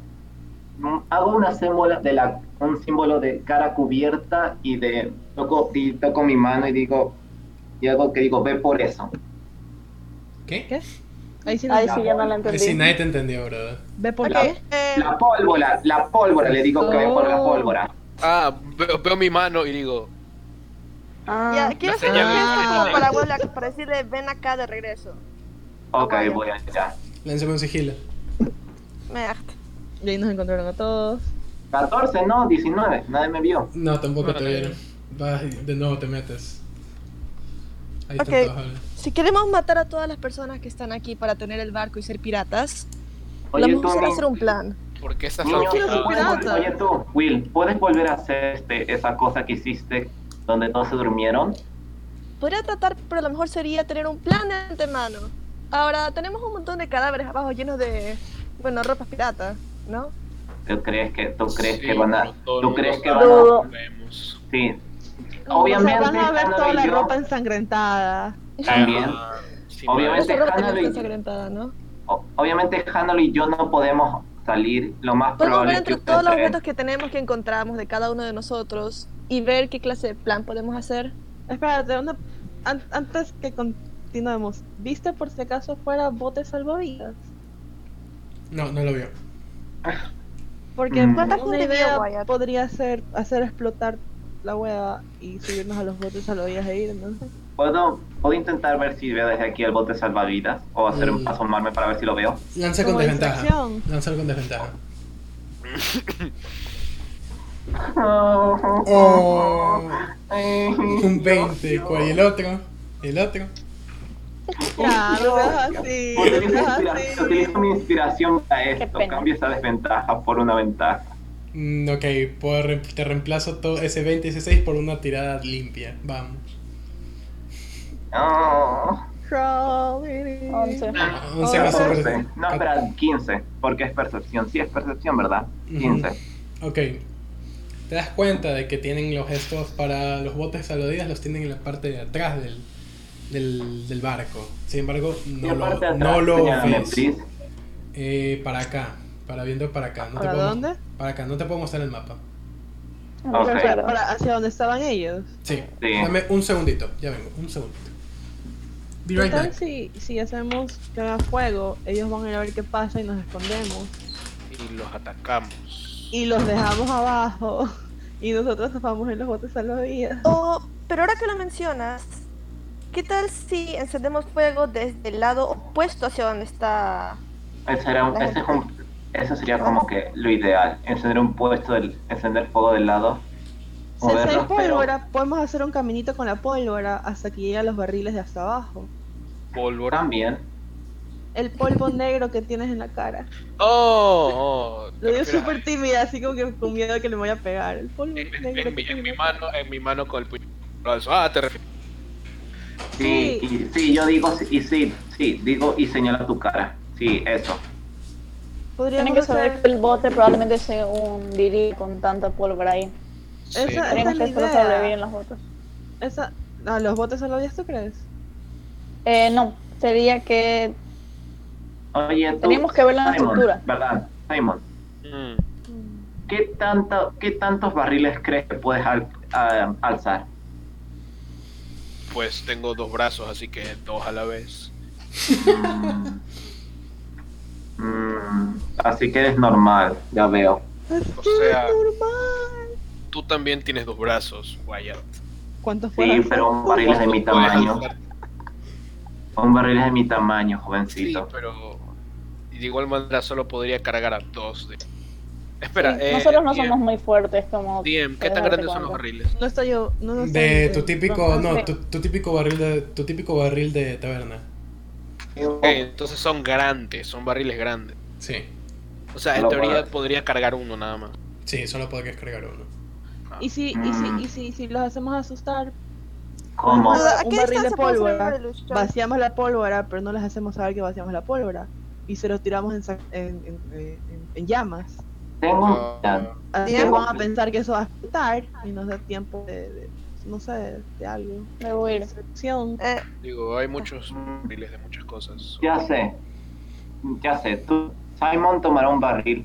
mm, hago una símbolo de la, un símbolo de cara cubierta y de toco, y toco mi mano y digo, y hago que digo, ve por eso.
¿Qué?
¿Qué? Ahí sí no.
Ahí sí ya no la
Ay,
entendí.
Sí, nadie te entendió, bro.
Ve por
Ah, La-
qué.
Eh,
La pólvora, la pólvora, le digo que ve por la
Oh.
pólvora.
Ah, veo, veo mi mano y digo,
Ah,
ya, quiero
La
hacer
señal
de
una
internet.
como para Weblack, para decirle, ven acá de regreso.
Ok,
Vaya.
voy allá.
Lánzame un sigilo.
Me harta.
Y ahí nos encontraron a todos.
14, no, 19, nadie me vio.
No, tampoco te
Bueno.
vieron. Vas y de nuevo te metes. Ahí
Ok.
están todos. ahora.
Si queremos matar a todas las personas que están aquí para tener el barco y ser piratas,
Oye,
vamos a
tú,
usar a
Will,
hacer un plan.
¿por qué estás
niño,
tan
quiero ser
fijado?
¿puedes vol-
pirata.
Oye tú, Will, ¿puedes volver a hacer este, esa cosa que hiciste donde todos se durmieron?
Podría tratar, pero lo mejor sería tener un plan de antemano. Ahora, tenemos un montón de cadáveres abajo llenos de, bueno, ropas pirata, ¿no?
¿Tú crees que, tú crees
Sí,
que van a,
pero todo el
tú
mundo
crees que van
sabe
a,
Dudo.
que vemos.
sí,
O sea,
obviamente
van a ver
Hannah
toda
y
la
yo
ropa ensangrentada.
también,
Ah, sí,
Obviamente,
Esa ropa
Hannah
también
Lee.
está ensangrentada, ¿no?
o- obviamente Hannah y yo no podemos salir, lo más
Podemos ver
probable es que
entre todos los
ustedes-
objetos que tenemos que encontramos de cada uno de nosotros y ver qué clase de plan podemos hacer.
Espérate, una- an- antes que continuemos, ¿viste por si acaso fuera bote salvavidas?
No, no lo vio.
Porque
Mm.
¿Cuánta
una
gente vio,
idea
Wyatt?
podría ser hacer explotar la hueva y subirnos a los botes salvavidas e irnos.
puedo, puedo intentar ver si veo desde aquí el bote salvavidas o hacer
Mm.
asomarme para ver si lo veo.
Lanza con
Como
desventaja.
distracción.
Lanza con desventaja. Oh, un 20. ¿Cuál y el otro? El otro.
Ya, no seas así, no
Utilizo,
seas
inspira-
así.
utilizo mi inspiración para esto,
pena.
cambio esa desventaja por una ventaja.
Mm, ok, puedo re- te reemplazo todo ese 20 y ese 6 por una tirada limpia. Vamos.
Oh,
Crawling.
once.
11 más
Catorce.
super-
no, espera, 15, porque es percepción, sí es percepción, ¿verdad?
Ujú.
15.
Ok. Te das cuenta de que tienen los estos para los botes salvavidas, los tienen en la parte de atrás del, del, del barco. Sin embargo,
Y
no
aparte
lo,
atrás,
no lo
señora
ves.
Membriz,
Eh, para acá, para viendo para acá. No te
¿Para
puedo-
dónde?
Para acá, no te puedo mostrar el mapa.
Ok.
Claro, para- hacia donde estaban ellos.
Sí.
Sí.
Dame un segundito, ya vengo, un segundito. Be
¿Qué
right
tal
back.
si, si hacemos que haga fuego? Ellos van a ir a ver qué pasa y nos escondemos.
Y los atacamos.
Y los dejamos abajo. Y nosotros nos vamos en los botes salvavidas.
Oh, pero ahora que lo mencionas, ¿Qué tal si encendemos fuego desde el lado opuesto hacia donde está?
Ese era un- ese es un- eso sería como que lo ideal, encender un puesto, del, encender fuego del lado.
Si hay
moderno, pero-
pólvora, podemos hacer un caminito con la pólvora hasta que llegue a los barriles de hasta abajo.
Pólvora.
También.
El polvo negro que tienes en la cara.
Oh, oh,
Lo
te
digo
refieres a-
súper tímida, así como que con miedo de que le voy a pegar. El polvo
en, en-
negro.
en mi,
que
en mi
tienes.
mano, en mi mano con el puño. Ah, te refieres.
Sí, y, sí, yo digo, sí, y sí, sí, digo y señala tu cara. Sí, eso.
Podríamos
Tienen que saber que
hacer...
el bote probablemente se hundiría con tanta pólvora ahí.
Esa-
Sí,
esa-
Tenemos
es
que
la
solo
idea.
sobrevivir en los botes.
Esa... No, los botes solo días, ¿tú crees?
Eh, no, sería que
Oye, tú,
Tenemos que ver la
Simon,
estructura.
¿Verdad? Simon,
Mm.
¿qué, tanto, ¿qué tantos barriles crees que puedes al- a- alzar?
Pues tengo dos brazos, así que dos a la vez.
Mm. Mm, así que eres normal, ya veo.
O sea, tú también tienes dos brazos, Wyatt.
¿Cuántos
Sí,
fueron?
pero un barril es de mi
pues,
Tú puedes
tamaño.
alzar-
Un barril es de mi tamaño,
Sí,
jovencito.
pero de igual manera solo podría cargar a dos. De... Espera,
Sí,
eh,
nosotros no
DM,
somos muy fuertes como...
DM, ¿qué
podemos
tan
darte
grandes son los
cuenta.
barriles?
No estoy yo. No, no
De
estoy-
tu típico, no,
sí.
tu, tu típico barril de, tu típico barril de taberna.
Ok, entonces son grandes, son barriles grandes.
Sí,
O sea, en
Lo
teoría
puedo-
podría cargar uno nada más.
sí, solo podrías cargar uno.
¿Y si, y si, y si, si los hacemos asustar?
¿Cómo?
¿A
Un
qué
barril de
distancia podemos
pólvora.
llevar el luchón?
Vaciamos la pólvora, pero no les hacemos saber que vaciamos la pólvora. Y se los tiramos en, sa- en, en- en- en llamas.
Tengo
Ah,
un plan.
Así
Sí,
que van
bueno.
a pensar que eso va a explotar y nos da tiempo de, de- no sé, de algo.
Me voy a ir.
Acción.
Eh,
digo, hay muchos barriles de muchas cosas.
Ya sé, ya sé. Tú, Simon tomará un barril.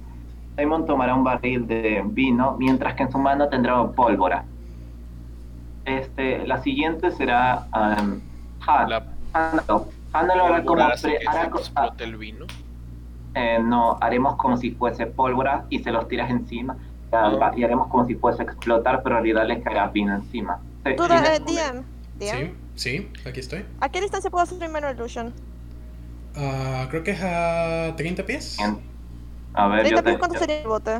Simon tomará un barril de vino, mientras que en su mano tendrá pólvora. Este, la siguiente será um, Han.
La
Hanalo. Hanalo hará como,
pólvora hace
pre-
que
hará
se
co-
explote el vino.
eh, no, haremos como si fuese pólvora y se los tiras encima. Y,
Ah.
haga- y haremos como si fuese explotar, pero en realidad les caerá vino encima. Se-
tú,
en
eh,
este momento-
DM, DM,
Sí, sí, aquí estoy.
¿a qué distancia puedo hacer primero el Lucian?
Ah, creo que es a 30 pies.
Bien. A ver, yo
¿30 pies
te-
pues, cuánto
yo-
sería el bote?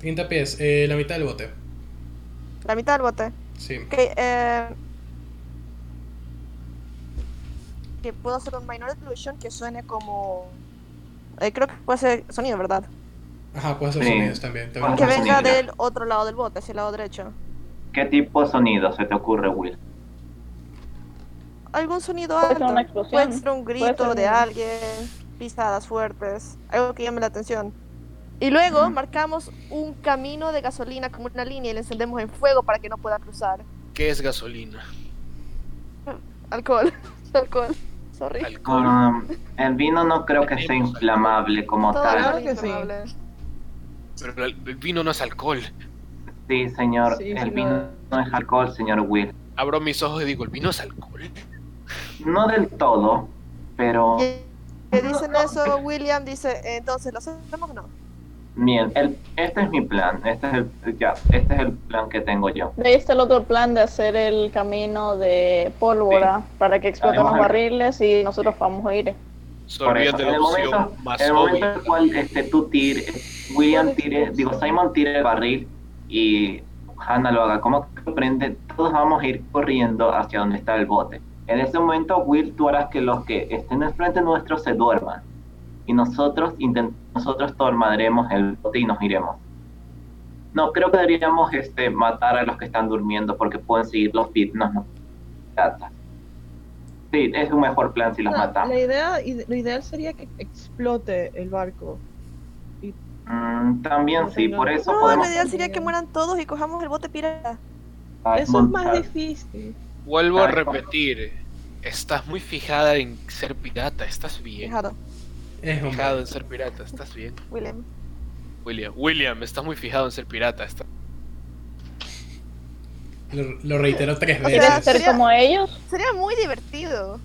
30 pies, eh, la mitad del bote.
La mitad del bote.
Sí.
Ok, eh... Que puedo hacer un minor illusion que suene como... eh, creo que puede ser sonido, ¿verdad?
Ajá, puedes hacer
Sí.
sonidos también. también
Ajá.
Que
puedes hacer
venga
sonido.
del otro lado del bote, hacia el lado derecho.
¿Qué tipo de sonido se te ocurre, Will?
Algún sonido
Puede
alto.
ser una explosión,
Puede ser un grito
ser
de
un-
alguien, pisadas fuertes, algo que llame la atención. Y luego
Ujú.
marcamos un camino de gasolina como una línea y le encendemos en fuego para que no pueda cruzar.
¿Qué es gasolina?
Alcohol, alcohol. Sorry.
Alcohol.
Um, el vino no creo que sea inflamable como
Todo
tal.
claro
alcohol
que
es
sí.
inflamable.
Pero el el vino no es alcohol.
Sí, señor.
Sí,
el
sí,
vino no es alcohol, señor Will.
Abro mis ojos y digo, ¿el vino es alcohol?
No del todo, pero
Que eh, que dicen eso, William dice, entonces, ¿lo hacemos o no?
bien. el- este es mi plan. Este es el, ya, este es el plan que tengo yo.
De ahí está el otro plan de hacer el camino de pólvora para que exploten
Haremos
los
algo.
barriles y nosotros vamos a ir.
Se
Por
olvidan
eso,
de
en
la
el momento,
opción más
en el momento en
obvia.
el cual este, tú tires, William tire, digo, Simon tire el barril y Hannah lo haga como que lo prende, todos vamos a ir corriendo hacia donde está el bote. En ese momento, Will, tú harás que los que estén enfrente nuestro se duerman. Y nosotros, intent- nosotros tomaremos el bote y nos iremos. No, creo que deberíamos este, matar a los que están durmiendo porque pueden seguir los pitnos. ¿no? Piratas. Sí, es un mejor plan si los matamos.
Ah, la idea, ide- lo ideal sería que explote el barco.
Mm, también
No
sí,
tengo-
por eso
No, lo
podemos
ideal sería que mueran todos y cojamos el bote pirata.
Eso es más
montar.
difícil.
Vuelvo a
Ay, cómo-
repetir. Estás muy fijada en ser pirata, estás bien.
Fijado,
Es un
Fijado en ser pirata, estás bien.
William.
William, William, estás muy fijado en ser pirata. estás-
Lo, lo reitero tres
O sea,
veces.
¿Quieres ser
sería-
como ellos?
Sería muy divertido.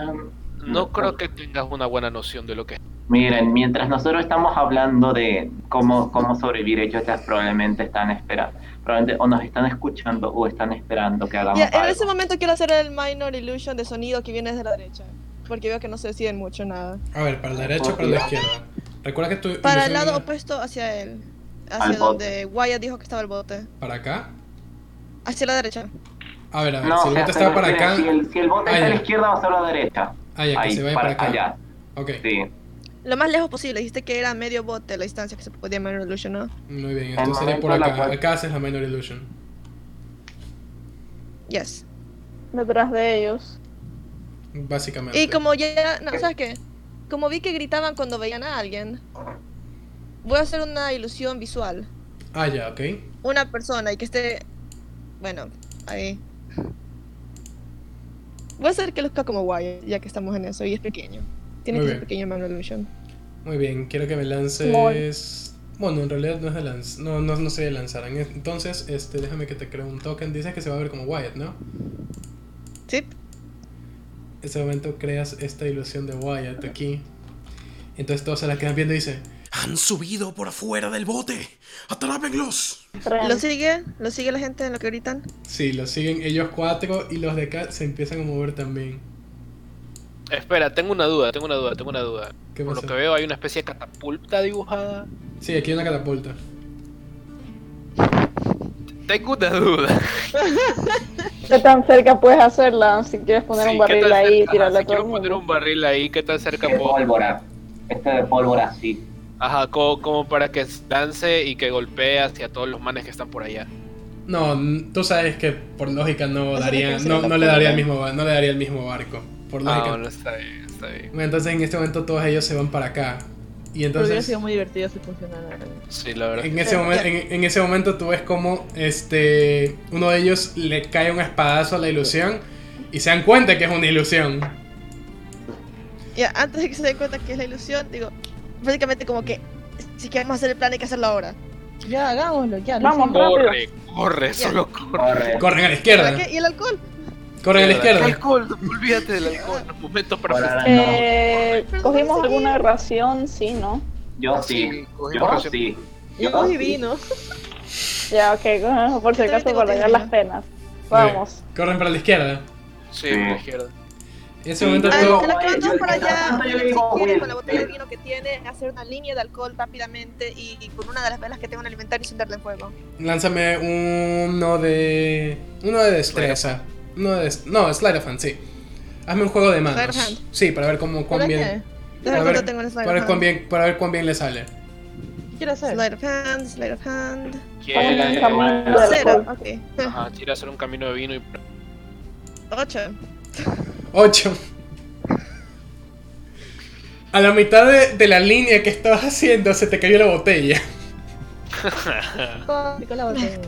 Um,
No creo que tengas una buena noción de lo que es
Mm, Miren, mientras nosotros estamos hablando de cómo, cómo sobrevivir, ellos ya probablemente están esperando, probablemente o nos están escuchando o están esperando que hagamos
Ya, en
algo.
ese momento quiero hacer el minor illusion de sonido que viene desde la derecha. Porque veo que no se deciden mucho nada.
A ver, para la derecha o para la izquierda. Recuerda que tu
Para
ilusión
el lado
era
opuesto hacia él.
Al
Hacia donde Wyatt dijo que estaba el bote.
para acá.
Hacia la derecha.
A ver, a ver,
No,
si
o
el
sea,
bote
se
está para
refiere,
acá.
Si el, si el bote está a la
allá.
izquierda va a ser a la derecha.
Ah, ya, que
Ahí,
se vaya para
para
acá.
allá.
Ok,
Sí.
Lo más lejos posible. Dijiste que era medio bote la distancia que se podía minor illusion, ¿no?
muy bien.
El
Esto sería por
momento la
acá.
cual-
Acá haces la Minor Illusion.
Yes.
detrás de ellos.
Básicamente.
Y como ya. No, ¿sabes qué? Como vi que gritaban cuando veían a alguien, voy a hacer una ilusión visual.
Ah, ya, ok.
Una persona y que esté. Bueno, ahí. Voy a hacer que luzca como Wyatt, ya que estamos en eso, y es pequeño. Tiene
Muy bien.
que ser pequeño Minor Illusion.
Muy bien, quiero que me lances. Bueno, en realidad no es de lanz... no, no, no sería lanzar. En- e-, Entonces, este, déjame que te cree un token. Dices que se va a ver como Wyatt, ¿no?
¿Sí?
En ese momento creas esta ilusión de Wyatt aquí. Entonces todos se la quedan viendo y dicen:
Han subido por afuera del bote. ¡Atrápenlos!
Ren.
¿Lo sigue? ¿Lo sigue la gente en lo que gritan?
Sí, los siguen ellos cuatro y los de acá se empiezan a mover también.
Espera, tengo una duda, tengo una duda, tengo una duda.
¿Qué
Por lo
pasa?
que veo hay una especie de catapulta dibujada.
Sí, aquí hay una catapulta.
Tengo una duda.
¿Qué tan cerca puedes hacerla? Si quieres poner
Sí,
un
¿qué
barril
tan
ahí y
cerca? Ajá,
tirarla
si
a todo el
quiero poner
mundo.
un barril ahí, ¿qué tan cerca
De
puedo?
pólvora. Este de pólvora, sí.
Ajá, como, como para que lance y que golpee hacia todos los manes que están por allá.
No, n- tú sabes que por lógica no
Eso es
daría,
lo que
no, no
dice la
le daría el
pólvora.
mismo, ba- no le daría el mismo barco. Por
Ah,
lógica.
bueno, está bien, está bien.
Bueno, Entonces en este momento todos ellos se van para acá. Y
Pero hubiera
entonces
sido muy divertido si funcionara.
Sí, la
Eh,
verdad.
en ese, momen- en, en ese momento tú ves como este uno de ellos le cae un espadazo a la ilusión y se dan cuenta que es una ilusión.
Ya, antes de que se den cuenta que es la ilusión, digo, básicamente como que si queremos hacer el plan hay que hacerlo ahora.
Ya, hagámoslo, ya. lo
Vamos,
hicimos.
Corre, corre, solo corre.
Corre.
Corren a la
¿Para
izquierda.
qué? ¿Y el alcohol?
Corren a la izquierda.
Alcohol, olvídate del alcohol, los momentos
Ahora
Ah,
perfectos.
no.
Eh, ¿Cogimos alguna ración? Sí, ¿no?
Yo sí.
Sí, cogimos
Yo
ese-
sí.
Yo
Yo
cogí
sí.
vino.
Ah,
Ya, ok, cogemos por si
Yo también
acaso
tengo
para hallar
tijera.
las penas.
Muy bien.
Vamos.
Corren para la izquierda.
Sí,
Sí.
por la izquierda.
En ese momento
Ah,
todo-
se la quedan todos para allá.
Yo le
Will, Si
digo,
quiere,
Will,
con la botella de
Will.
vino que tiene, hacer una línea de alcohol rápidamente y, y con una de las velas que tengo en el inventario encenderla en fuego.
Lánzame uno de. Uno de destreza. Uno de. des- No, Slide of Hand, sí. Hazme un juego de manos.
Sleight of hand.
Sí, para ver cómo, cuán
¿Para
bien.
Déjame
ver,
ver cuánto tengo en Slide
Para ver,
of
cuán
Hand.
bien, para ver cuán bien le sale.
¿Qué quiere hacer?
Slide of Hand, Slide of Hand.
Vamos en el camino
Eh,
del
Cero,
alcohol.
ok.
Ajá, tira a hacer un camino de vino y.
Ocho.
8. A la mitad de, de la línea que estabas haciendo se te cayó la botella.
Picó la botella.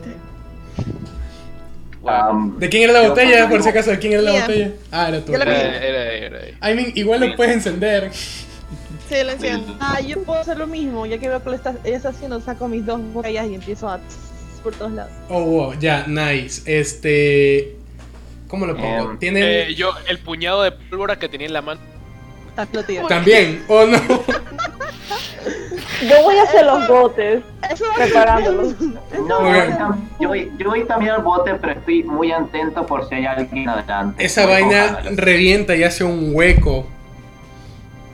um,
¿De quién era la
Yo
botella?
también.
Por si acaso, ¿de quién era la
Mía.
botella? Ah, era tú.
Yo la
Era,
cogí.
era, era, era.
I mean, igual lo
Eh, Mía.
puedes encender.
Sí, lo enciendo.
Ah, yo puedo hacer lo mismo, ya que veo que lo está, ella está haciendo, saco mis dos botellas y empiezo a tss por todos lados.
Oh, wow, ya, nice. Este. ¿Cómo lo pongo?
Em,
Tiene.
Eh, yo, el puñado de pólvora que tenía en la mano.
Está explotado.
También, o no.
Yo voy hacia
Eh,
los botes, preparándolos.
No,
Muy
yo
bien.
voy, tam- yo, voy, yo voy también al bote, pero estoy muy atento por si hay alguien adelante.
Esa
Voy
vaina
con-
revienta y hace un hueco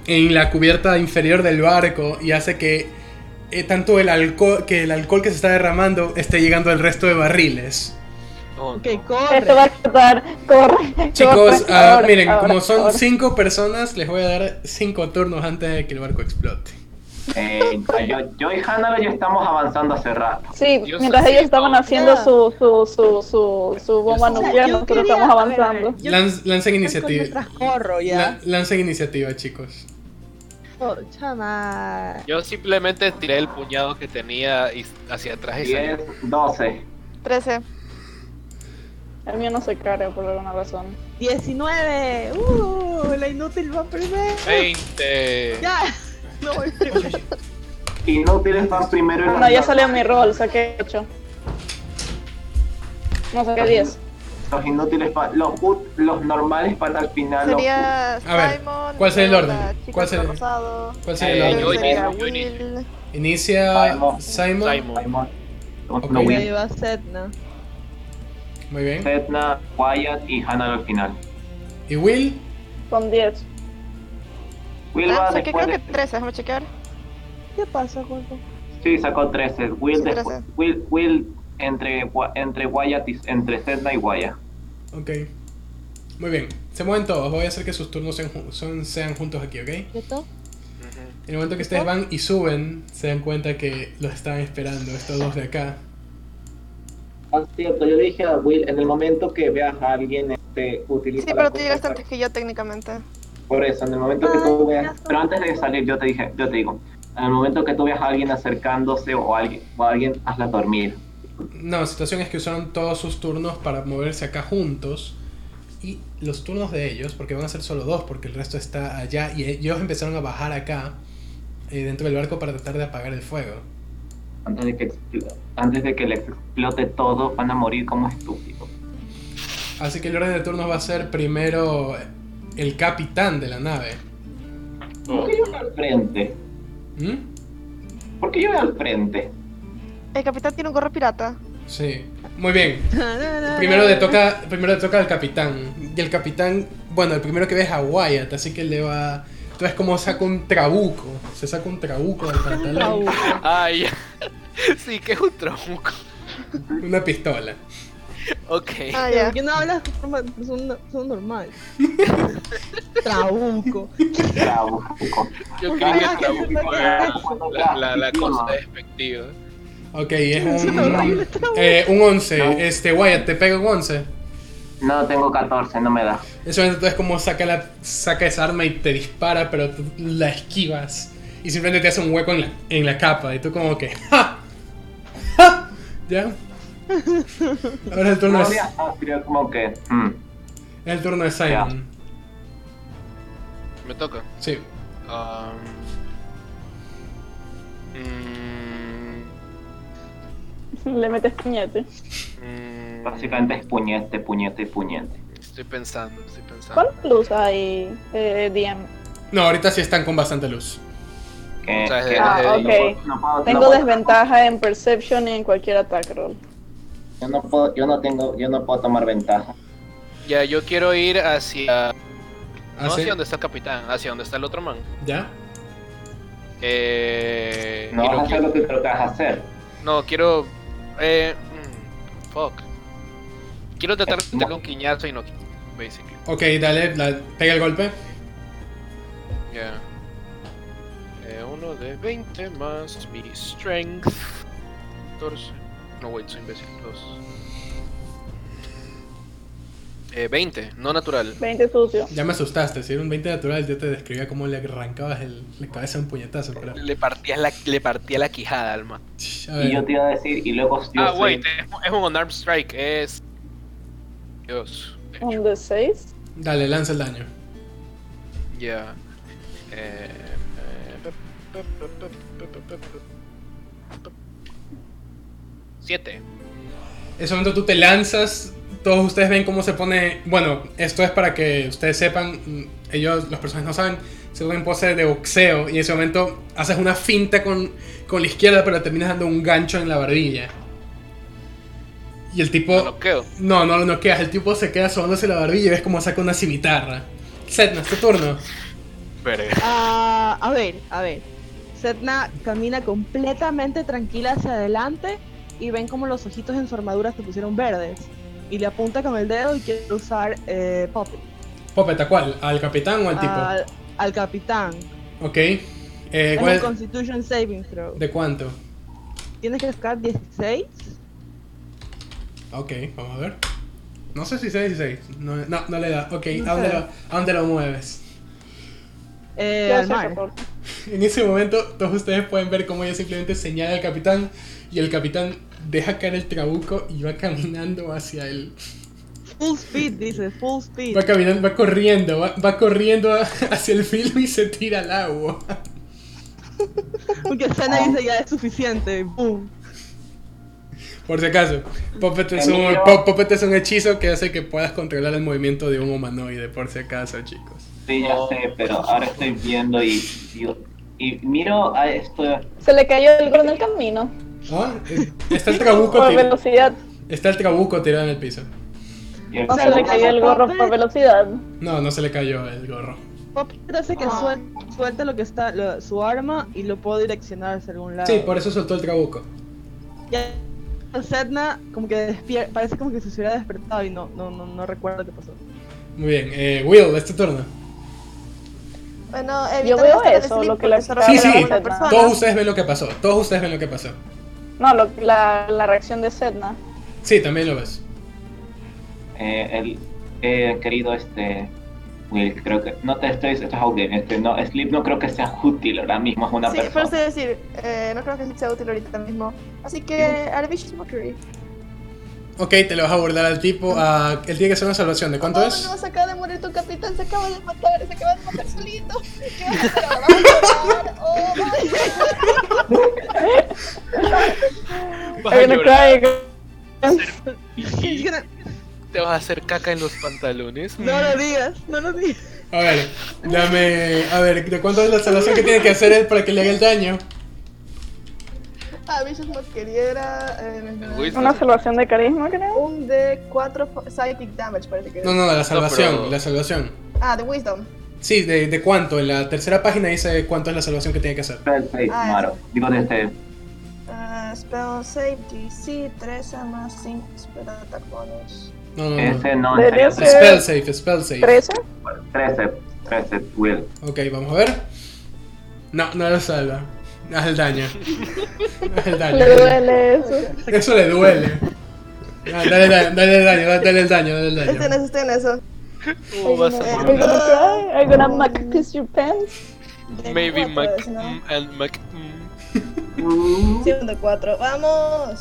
en la cubierta inferior del barco y hace que eh, tanto el alcohol que el alcohol que se está derramando esté llegando al resto de barriles.
Oh,
Ok,
no.
Esto va
corre.
a explotar. Corre.
Chicos,
corre,
ah,
ahora,
miren,
ahora,
como son
ahora.
cinco personas, les voy a dar cinco turnos antes de que el barco explote.
Eh, yo, yo y Hannah ya estamos avanzando hace rato.
Sí,
Dios
mientras
santo.
ellos estaban haciendo
Ya.
su, su, su, su, su bomba
O sea,
nuclear,
yo
nosotros
quería- a
estamos
ver, a ver,
avanzando.
yo-
Lanz- lancen
Mientras
iniciativa.
corro,
La-
ya.
lancen iniciativa, chicos.
Oh, chama.
Yo simplemente tiré el puñado que tenía y- hacia atrás y salí.
10, 12.
Trece.
El mío no se carga por alguna razón.
19. Uh, la inútil va primero.
20.
Ya. No voy primero.
Inútiles van primero
Ah,
en
Bueno, ya salió mi rol, saqué 8. No, saqué 10.
Los inútiles van. Los, ut- los normales van al final. los ut-
Sería
A ver,
Simon,
¿cuál sería el
Leonard,
orden?
Chico
¿Cuál sería-
Rosado,
¿Cuál
Eh,
sería el
luego
yo
orden?
sería
inicio, yo inicio.
Will,
Inicia
Simon.
Simon.
Simon.
Simon.
Ok.
No,
Y
Will,
ahí va Setna.
Muy bien.
Sedna, Wyatt y Hannah al final.
¿Y Will?
Con 10.
Will va
Ah, sí, que
después
creo que
de-
13, déjame chequear.
¿Qué pasa, Juanjo?
Sí, sacó 13. Will,
Sí,
después-
13.
Will, Will entre, Wa- entre Wyatt y, entre Sedna y Wyatt.
Ok. Muy bien. Se mueven todos. Voy a hacer que sus turnos sean, ju- son- sean juntos aquí, ¿ok? En
¿Listo?
Ujú.
el momento que ustedes van y suben, se dan cuenta que los están esperando, estos dos de acá.
Ah, cierto, yo le dije a Will, en el momento que veas a alguien, este, utiliza
Sí,
la
pero tú
cosa
llegaste
para-
antes que yo técnicamente.
Por eso, en el momento que tú veas... Pero antes de salir, yo te dije, yo te digo, en el momento que tú veas a alguien acercándose o a alguien, o a alguien hazla dormir.
No, la situación es que usaron todos sus turnos para moverse acá juntos. Y los turnos de ellos, porque van a ser solo dos, porque el resto está allá. Y e-, ellos empezaron a bajar acá, eh, dentro del barco, para tratar de apagar el fuego.
Antes de que, expl- antes de que les explote todo, van a morir como estúpidos.
Así que el orden de turnos va a ser primero el capitán de la nave.
¿Por qué yo voy al frente?
¿Mm?
¿Por qué yo voy al frente?
El capitán tiene un gorro pirata.
Sí. Muy bien. Primero le toca, primero le toca al capitán. Y el capitán, bueno, el primero que ve es a Wyatt, así que le va. Tú ves cómo saca un trabuco. Se saca un trabuco del pantalón.
Ay, sí, que es un tronco.
Una pistola.
Ok.
Ah,
¿Por
ya.
qué no hablas de forma son, son normal? Trabuco.
Trabuco.
Yo creí que
Ay,
trabuco
qué
era
loco.
la, la, la cosa despectiva.
Ok, es un. eh, un 11. Este, Wyatt, te pega un 11.
No, tengo 14, no me da.
Eso entonces como saca, la, saca esa arma y te dispara, pero tú la esquivas. Y simplemente te hace un hueco en la, en la capa. Y tú como que... ¡Ja! ¡Ja! ¿Ya? Ahora el turno,
No,
es,
mira, ah, creo como que... mm.
el turno de Simon.
Me toca.
Sí.
Ah, mm,
Le metes puñete.
mm,
Básicamente es puñete, puñete y puñete.
Estoy pensando, estoy pensando.
¿Cuánta luz hay, eh, DM?
No, ahorita sí están con bastante luz.
Que-
O sea, es
que-
de-
Ah,
es de-
ok.
no puedo- no
Tengo
puedo-
desventaja en Perception y en cualquier attack roll.
Yo no puedo, yo no tengo, yo no puedo tomar ventaja.
Ya, yo quiero ir hacia. No
¿Hace?
hacia donde está el capitán, hacia donde está el otro man.
Ah, ¿Ya?
Eh,
No
y lo
vas a hacer
quiero-
lo que te tocas hacer.
No, quiero. Eh, mm, fuck. Quiero tratar de
Como-
darle un quiñazo y no. Basically.
Ok, dale, la- pega el golpe.
Ya. Eh, uno de 20 más mi strength. 14. No, wait, soy imbécil. 2. Eh, 20, no natural.
20 sucio.
Ya me asustaste, si era un 20 natural yo te describía cómo le arrancabas el, la cabeza a un puñetazo. Pero...
Le partía la, le partía la quijada al man.
A
Y yo
ver,
te iba a decir, y luego yo
Ah,
soy-
wait, es, es un unarmed strike, es. Dios. de hecho.
Un de 6.
dale, lanza el daño.
Ya. Eh, eh, Siete.
En ese momento tú te lanzas, todos ustedes ven cómo se pone, bueno, esto es para que ustedes sepan, mm, ellos, los personajes no saben, se pone en pose de boxeo y en ese momento haces una finta con, con la izquierda pero terminas dando un gancho en la barbilla. Y el tipo...
Lo noqueo.
No, no lo noqueas, el tipo se queda sobándose la barbilla y ves cómo saca una cimitarra. Setna, es tu turno.
Verga.
Ah, a ver, a ver. Setna camina completamente tranquila hacia adelante y ven como los ojitos en su armadura se pusieron verdes. Y le apunta con el dedo y quiere usar eh, Puppet
Popeta, ¿cuál? ¿Al capitán o al tipo?
al, al capitán.
Ok. Eh,
Es
¿cuál-
un Constitution Saving Throw.
¿De cuánto?
Tienes que sacar 16.
Ok, vamos a ver. No sé si sea 16. No, no, no le da. Ok,
No
¿a, dónde
sé.
lo, a dónde lo mueves?
Eh, al mar.
En ese momento, todos ustedes pueden ver cómo ella simplemente señala al capitán y el capitán deja caer el trabuco y va caminando hacia él.
Full speed, dice, full speed.
Va caminando, va corriendo, va, va corriendo a- hacia el filo y se tira al agua. Ah.
Porque Setna dice ya es suficiente. Boom.
Por si acaso, Puppet es,
Te
un,
miro.
Pu- Puppet es un hechizo que hace que puedas controlar el movimiento de un humanoide, por si acaso, chicos.
Sí, ya sé, pero ahora estoy viendo y, y, y miro a esto.
Se le cayó el gordo en el camino.
Ah, eh, Está el trabuco,
Por
tir-
velocidad.
está el trabuco tirado en el piso.
y el-
O sea, le cayó el gorro por velocidad.
No, no se le cayó el gorro.
Pop hace que suel- suelte lo que está lo- su arma y lo puedo direccionar hacia algún lado.
Sí, por eso soltó el trabuco.
Ya Sedna como que despier- parece como que se hubiera despertado y no no no, no recuerdo qué pasó.
Muy bien, eh, Will, es tu turno.
Bueno,
Yo
evitando
veo
estar en
eso,
sleep
lo que le
porque solo
Sí,
habrá
sí,
una persona.
todos ustedes ven lo que pasó. Todos ustedes ven lo que pasó.
No, lo- la, la reacción de Sedna.
Sí, también lo ves.
Eh, el, eh, querido este Will, creo que no te estoy, esto es audio, este, no, Sleep no creo que sea útil ahora mismo, es una
Sí, pero
persona.
es decir, eh, no creo que sea útil ahorita mismo. Así que, Arvicious Mockery.
Ok, te le vas a abordar al tipo. a- él tiene que hacer una salvación. ¿De cuánto
Oh,
es?
No, se acaba de morir tu capitán, se acaba de matar, se acaba de matar solito. ¿Qué vas a hacer ahora? ¿Vas a llorar? Oh, my
Vas a
I'm gonna
llorar,
cry.
He's gonna-
te vas a hacer caca en los pantalones.
No lo digas, no lo digas.
A ver, dame. A ver, ¿de cuánto es la salvación que tiene que hacer él para que le haga el daño?
God. Arvicious Mockery era. eh,
El Will-
Una salvación de carisma, creo.
un de 4 psychic damage, parece que.
No, no, la salvación.
pero-
La salvación.
Ah, de Wisdom.
Sí, de, de cuánto. En la tercera página dice cuánto es la salvación que tiene que hacer.
Spell save,
Ah,
Maro.
eso.
Digo, este,
Ah, spell save DC 3 más 5 spell attack bonus.
No, no, no.
ese no, en
Debería
serio,
ser-
Spell safe, spell safe.
13.
13, 13, Will.
Ok, vamos a ver. No, no lo salva. Haz el daño. Haz el daño.
Le duele eso.
Eso le duele. Ah, dale, dale, dale el daño, dale el daño, dale el
Estoy
daño.
en eso, estoy Este en eso.
¿Cómo vas a
I'm
llorar?
gonna cry. I'm gonna mac piss your pants.
De
Maybe
cuatro
Mac
es, ¿no?
mm, and Mac. mm.
Mm,
Sí, un de 4. ¡Vamos!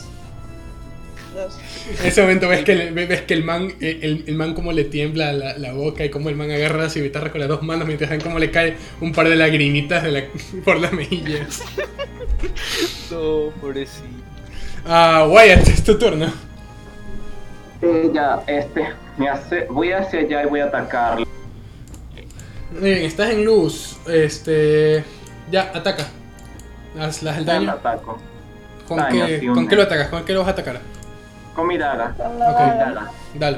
Dos.
En ese momento ves que, el- ves que el man, eh, el, el man como le tiembla la, la boca y como el man agarra la cimitarra con las dos manos mientras ven como le cae un par de lagrimitas de la, por las mejillas.
No, pobrecito.
Ah, Wyatt, es tu turno.
Eh, ya, este, me hace, voy hacia allá y voy a atacarlo.
Muy bien, estás en luz. Este. Ya, ataca. Haz, haz el
Ya lo
daño.
ataco.
¿Con,
daño,
qué,
sí,
¿Con
un-
qué lo atacas? ¿Con qué lo vas a atacar?
Con mi daga. Mi
Ok,
daga.
dale.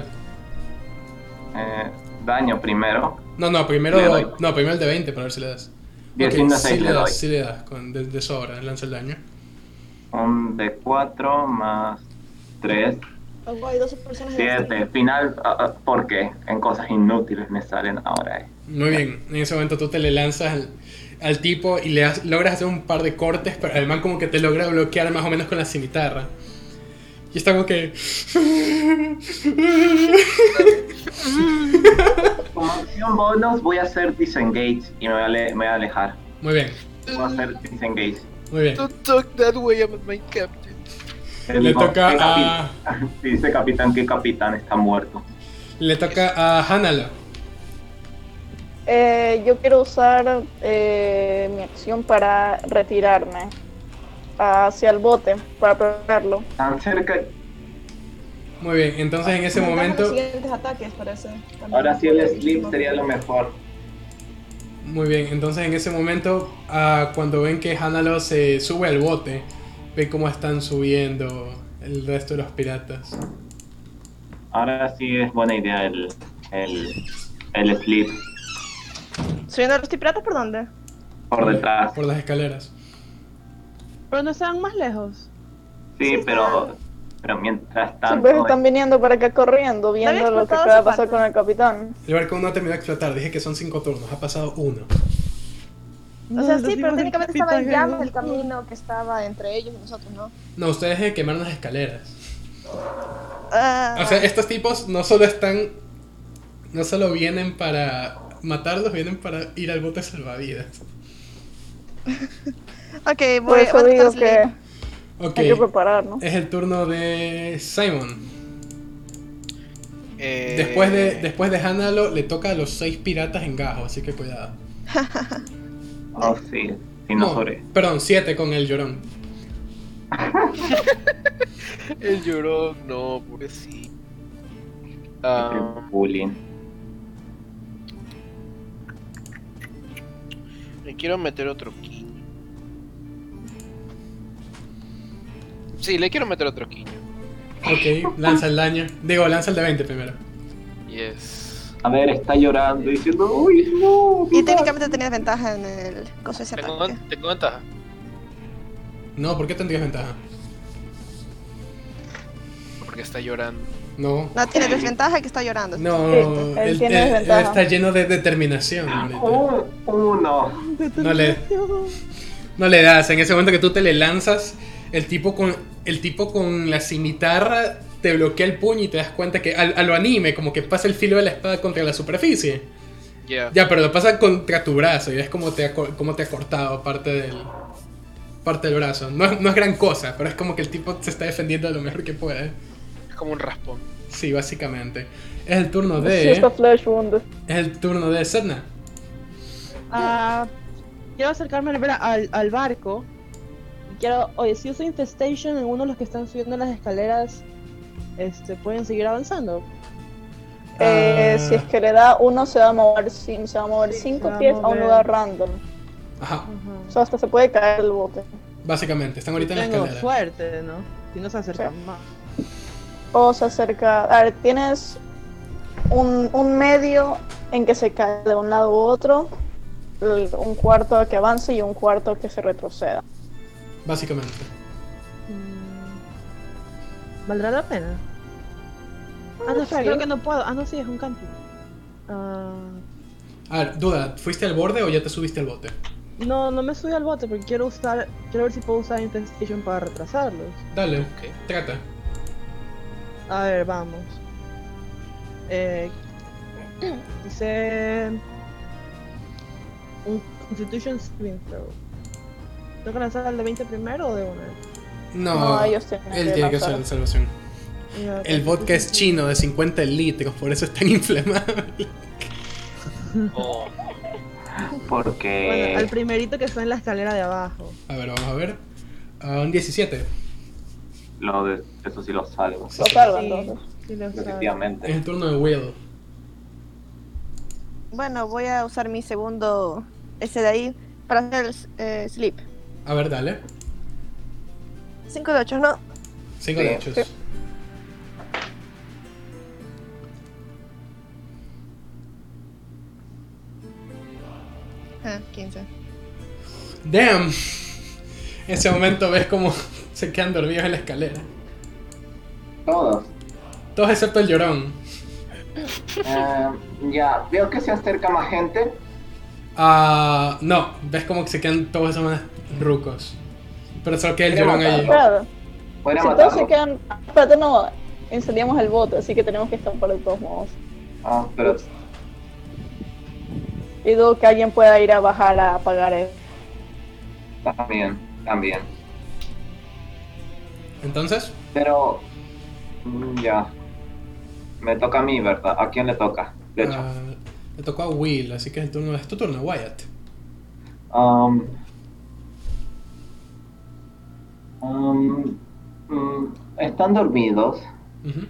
Eh, daño primero.
No, no,
Le doy.
primero. No, primero el de 20 para ver si le das. Ok,
19
sí
le
le
doy.
das, sí le das, con, de, de sobra, lanza el daño.
Un de 4 más 3,
Oh, guay, 12 personas en el
7. Final, ah, ah, ¿por qué? En cosas inútiles me salen ahora. eh.
Muy bien, en ese momento tú te le lanzas al, al tipo y le has- logras hacer un par de cortes, pero además como que te logra bloquear más o menos con la cimitarra. Y está como que...
Como acción bonus voy a hacer disengage y me voy a, ale- me voy a alejar.
Muy bien,
Voy a hacer disengage.
muy bien.
Don't talk that way, I'm my captain.
Le
toca
que
a-
capi- Dice capitán que capitán está muerto.
Le toca a Hanala.
Eh, yo quiero usar eh, mi acción para retirarme hacia el bote, para probarlo.
Tan cerca.
Muy bien, entonces en ese
Ventaja en Los
este momento...
siguientes ataques, parece. También.
Ahora sí el sleep sería lo mejor.
Muy bien, entonces en ese momento, ah, cuando ven que Hanalo se sube al bote, ve cómo están subiendo el resto de los piratas.
Ahora sí es buena idea el, el, el sleep
¿Subiendo a los piratas por dónde?
por detrás.
Por las escaleras.
Pero no estaban más lejos.
Sí, pero, pero mientras
Sí, pues
tanto.
están viniendo para acá corriendo, viendo lo que
explotado
acaba de
su
pasar
parte.
con el capitán.
El barco no ha terminado de explotar, dije que son cinco turnos, ha pasado uno.
O sea,
No,
sí,
los
pero
hijos de
técnicamente estaba en
Capitán
llamas el
Ganón.
camino que estaba entre ellos y nosotros, ¿no?
No, ustedes eh, quemaron las escaleras.
Ah,
O sea, estos tipos no solo están. No solo vienen para matarlos, vienen para ir al bote salvavidas.
Ah,
Por
ok, voy,
eso
voy a
digo
estar
que
sleep.
Ok,
hay que prepararnos.
es el turno de Simon.
Eh,
Después de, después de Hanalo, le toca a los seis piratas en gajo, así que cuidado.
Oh, sí, si no sobre.
perdón, siete con el llorón.
El llorón, no, pobrecito. Ah,
Bullying.
le quiero meter otro quiño. Sí, le quiero meter otro quiño.
Ok, lanza el daño. Digo, lanza el de 20 primero.
Yes.
A ver, está llorando diciendo, uy, no.
Y
mira".
técnicamente tenías ventaja en el coso ese
Tengo,
ataque.
tengo ventaja.
No, ¿por qué tendrías ventaja?
Porque está llorando.
No.
No tiene desventaja que está llorando.
No,
Sí, él
él,
tiene
él- él
ventaja.
está lleno de determinación.
Ah,
ahorita.
Un, uno.
No le, no le das. En ese momento que tú te le lanzas, el tipo con, el tipo con la cimitarra te bloquea el puño y te das cuenta que al- a lo anime, como que pasa el filo de la espada contra la superficie.
Ya.
Ya, pero lo pasa contra tu brazo y ves cómo te ha, co- cómo te ha cortado parte del, parte del brazo. No, es- no es gran cosa, pero es como que el tipo se está defendiendo lo mejor que puede.
Es como un raspón.
Sí, básicamente. Es el turno
It's just a
de.
flesh wound.
Es el turno de Sedna.
Ah, quiero acercarme al, bra- al, al barco. Y Quiero, oye, si uso infestation en uno de los que están subiendo las escaleras, este, pueden seguir avanzando.
Eh,
Ah.
Si es que le da uno, se va a mover, cin- se va a mover
Sí,
cinco
se va a
pies a, un
mover.
lugar random.
Ajá,
O sea, hasta se puede caer el bote.
básicamente. Están ahorita en la
Tengo
escalera.
suerte, ¿no? Si no se acercan más.
O se acerca. A ver, tienes un, un medio en que se cae de un lado u otro, el- un cuarto que avance y un cuarto que se retroceda.
Básicamente.
Mm, ¿Valdrá la pena? Ah, no,
sí.
creo que no puedo. Ah, no, sí, es un canto. Ah,
A ver, duda, ¿fuiste al borde o ya te subiste al bote?
no, no me subí al bote porque quiero usar. Quiero ver si puedo usar Infestation para retrasarlos.
Dale,
Ok.
trata.
A ver, vamos. Eh, dice. Un Constitution Spring Throw. ¿Tengo que lanzar al de 20 primero o de una?
No,
No, ellos tienen
él
que
tiene que
lanzar.
hacer la salvación.
Ya,
El vodka es chino de 50 litros, por eso es tan inflamable.
Oh,
Porque
Bueno, al primerito que está en la escalera de abajo.
A ver, vamos a ver. Ah, un 17.
lo de, eso sí lo salvo.
Lo salva
Sí,
entonces.
sí lo sabe.
Es
Definitivamente.
el turno de Will.
Bueno, voy a usar mi segundo, ese de ahí, para hacer el eh, sleep.
A ver, dale.
5 de 8, ¿no?
5
Sí.
de 8.
Sí.
Ah, 15.
Damn. En ese momento ves como se quedan dormidos en la escalera.
Todos.
Todos excepto el llorón.
Eh, ya, veo que se acerca más gente.
Ah, no, ves como que se quedan todos esos más rucos. Pero solo queda el
Queremos
llorón ahí.
matarlo.
Claro.
Voy a ir a
Si todos se
matarlo.
quedan. Espérate, no. Encendíamos el bote, así que tenemos que escapar de todos modos.
Ah, pero
Y dudo que alguien pueda ir a bajar a apagar el.
también, también.
Entonces,
Pero mm, ya. Me toca a mí, ¿verdad? ¿A quién le toca? De hecho.
ah, le tocó a Will, así que es, el turno, es tu turno, Wyatt. Ah.
Um, um, mm, están dormidos,
Ujú.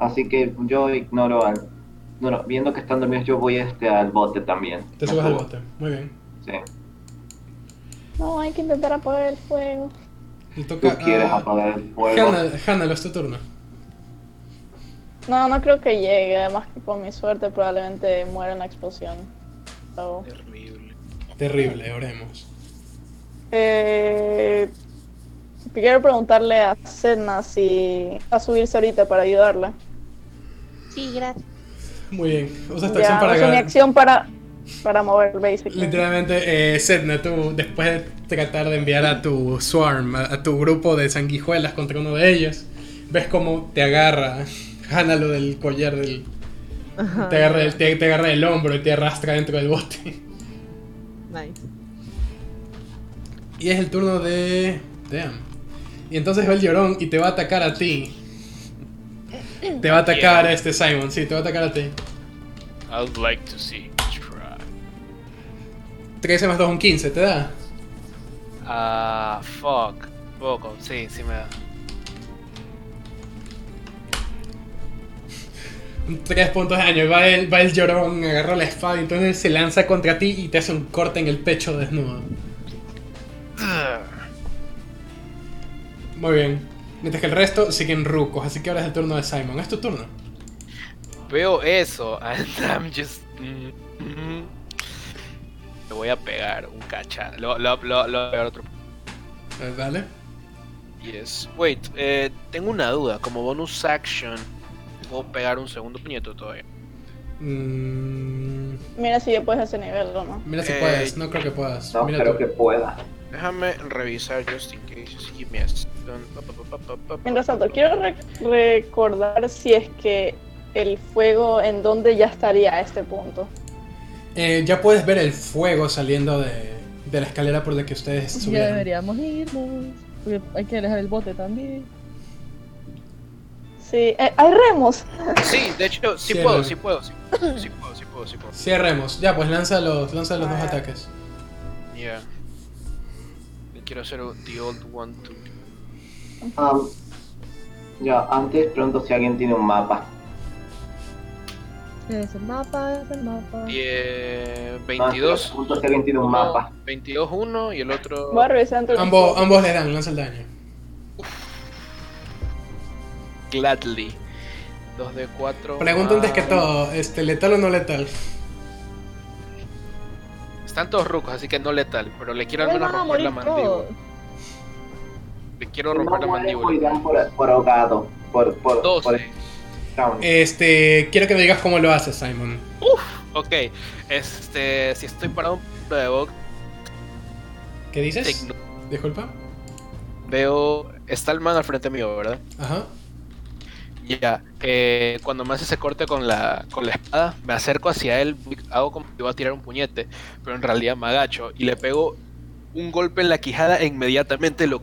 así que yo ignoro al. bueno, viendo que están dormidos, yo voy este al bote también.
Te
Me
subes al
subo.
bote. Muy bien.
Sí.
No, hay que intentar apagar el fuego.
Le
Tú
toca
quieres
a
apagar el fuego.
Hannah, Hannah, es tu turno.
No, no creo que llegue. Además, que con mi suerte probablemente muera en la explosión. So,
terrible.
Terrible, oremos.
eh, quiero preguntarle a Sedna si va a subirse ahorita para ayudarla.
Muy bien. Usa esta acción
Ya,
para
uso mi
agarrar.
acción para, para mover, basically.
Literalmente, eh, Sedna, tú después de tratar de enviar a tu swarm, a, a tu grupo de sanguijuelas contra uno de ellos, ves cómo te agarra Hannah lo del collar del...
Ajá.
Te agarra, el, te, te agarra el hombro y te arrastra dentro del bote.
Nice.
Y es el turno de... Damn. Y entonces va el llorón y te va a atacar a ti. Te va a atacar
Yeah.
este Simon, sí, te va a atacar a ti.
I would like to see. Try.
13 más 2, un 15, ¿te da?
Ah, fuck. poco, sí, sí me da.
Tres puntos de daño. Va el, va el llorón, agarra la espada y entonces se lanza contra ti y te hace un corte en el pecho desnudo. Muy bien. Mientras que el resto siguen rucos, así que ahora es el turno de Simon. Es tu turno.
Veo eso, and I'm just. mm, mm. Le voy a pegar un cacha. Lo, lo, lo, lo voy a pegar otro.
Eh, Dale.
Yes. Wait, eh, tengo una duda. Como bonus action, ¿puedo pegar un segundo puñeto todavía?
Mm,
Mira si ya puedes ese nivel o no.
mira si
Eh,
puedes. No creo que puedas.
No
mira
creo
tú.
que pueda.
Déjame revisar just in case. Just give me a second. Pa, pa, pa, pa, pa, pa,
Mientras
pa,
tanto,
pa.
quiero re- recordar si es que el fuego en dónde ya estaría a este punto.
Eh, ya puedes ver el fuego saliendo de, de la escalera por la que ustedes
Ya
subieron.
deberíamos irnos. Porque hay que dejar el bote también.
Sí, eh, hay remos.
Sí, de hecho, sí
Cierra.
puedo, sí puedo, sí puedo, sí puedo, sí puedo, sí puedo.
Cierremos. Ya, pues lanza los, lanza los dos
Ah.
ataques.
Yeah. Le quiero hacer un- the old one to.
Am, Um, ya, antes pronto si alguien tiene un mapa.
Es el mapa, es el mapa.
Die-
No,
22.
Pronto si alguien tiene un mapa.
22 eh, uno y el otro.
Voy a revisar entre los
Ambos,
dos.
ambos le dan, lanza el daño.
Gladly. 2 de ah, 4.
Pregunta antes que todo, este, ¿letal o no letal?
Están todos rucos, así que no letal, pero le quiero al
Igual
menos
van a
romper la
morir todos.
mandíbula. Le quiero
No
romper la
muere
mandíbula.
Julián por, por ahogado. Por, por, por
12.
el down.
Este, quiero que me digas cómo lo haces, Simon.
Ok, este. Si estoy parado un de box,
¿Qué dices?
te igno-
Disculpa.
veo. Está el man al frente mío, ¿verdad?
Ajá.
Ya, eh, cuando me hace ese corte con la, con la espada, me acerco hacia él, voy- hago como que iba a tirar un puñete, pero en realidad me agacho y le pego un golpe en la quijada e inmediatamente lo,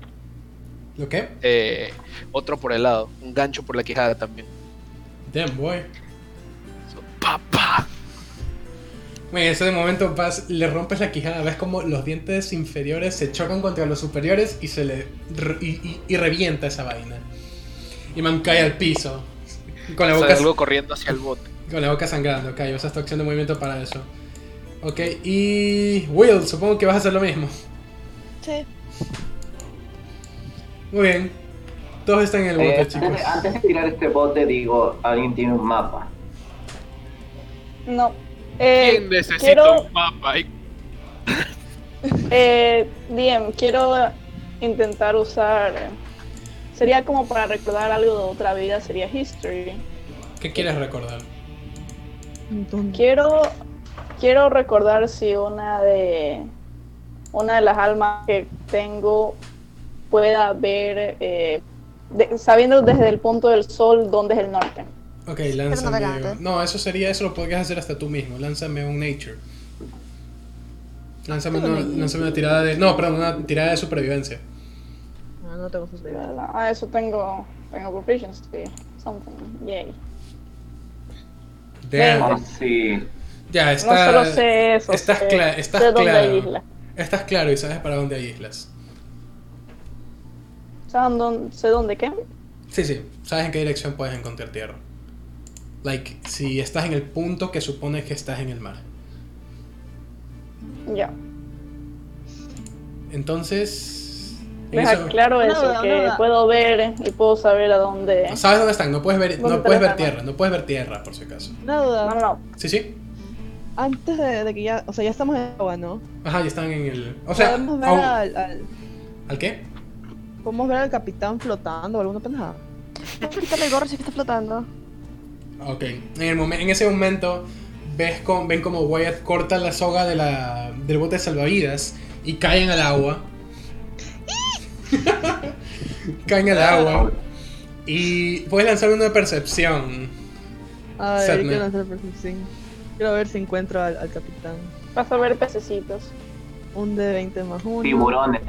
¿Lo qué?
eh, otro por el lado, un gancho por la quijada también.
Damn, boy.
So, pa, pa.
Bueno, en ese momento vas, le rompes la quijada, ves como los dientes inferiores se chocan contra los superiores y se le re- y, y- y revienta esa vaina. Y man cae al piso. Con la boca,
Salgo corriendo hacia el bote.
con la boca sangrando, ok, usas tu acción de movimiento para eso. Ok, y Will, supongo que vas a hacer lo mismo.
Sí.
Muy bien. Todos están en el
Eh,
bote,
antes,
chicos.
de, antes de tirar este bote, digo, alguien tiene un mapa.
No. Eh,
¿Quién necesita
quiero-
un mapa? Y-
Eh, DM, quiero intentar usar. Sería como para recordar algo de otra vida, sería history.
¿Qué quieres recordar?
Entonces,
Quiero, quiero recordar si una de una de las almas que tengo pueda ver, eh, de- sabiendo desde el punto del sol dónde es el norte.
Ok,
no te
lánzame.
cantes.
No, eso sería, eso lo podrías hacer hasta tú mismo. Lánzame un Nature. Lánzame una, lánzame una tirada de. No, perdón, una tirada de supervivencia.
no, no tengo sus dedos.
Ah, eso tengo, tengo proficiency, something, yay.
Damn.
Ah, sí.
Ya,
No
está.
solo sé eso,
estás
sé,
cla- estás
sé dónde
claro.
hay isla.
Estás claro y sabes para dónde hay islas.
¿Saben dónde- sé dónde qué?
Sí, sí, sabes en qué dirección puedes encontrar tierra. Like, si estás en el punto que supones que estás en el mar.
Ya.
Entonces. en
Pues
Deja
eso-
claro
Una
eso,
duda,
que
una duda.
puedo ver y puedo saber a dónde.
Sabes dónde están, no puedes ver,
¿Dónde
no
está
puedes
la
ver
cama?
tierra, no puedes ver tierra por si acaso.
Una duda.
No, no, no.
Sí, sí.
Antes de, de que ya. O sea, ya estamos en el agua, ¿no?
Ajá, y están en el. O sea,
podemos, ver
aún-
al, al-
¿al qué?
podemos ver al capitán flotando o alguna pendejada.
Quítale el gorro si está flotando.
Ok. En, el momen- en ese momento ves con, ven como Wyatt corta la soga de la, del bote de salvavidas y caen al agua. caen al agua. Y puedes lanzar una percepción.
A ver,
Sadness.
quiero hacer percepción. Quiero ver si encuentro al, al capitán.
Vas a ver pececitos.
Un de 20 más uno.
Tiburones.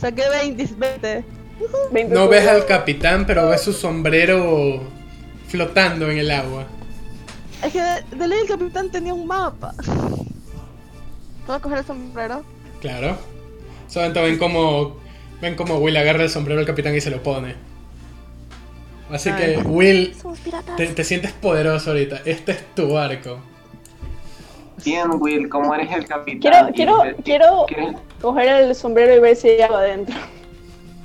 Saqué 20, 20.
20
No ves al
segundos.
capitán, pero ves su sombrero flotando en el agua.
Es que de, de ley el capitán tenía un mapa.
¿Puedo coger el sombrero?
Claro. Solamente ven como Ven como Will agarra el sombrero al capitán y se lo pone. Así que, Will,
Somos piratas.
te, te sientes poderoso ahorita. Este es tu barco.
Bien, Will, como eres el capitán.
Quiero-
Ah,
y-
quiero-
y-
quiero-
¿quieres-
Coger el sombrero y ver si hay agua adentro.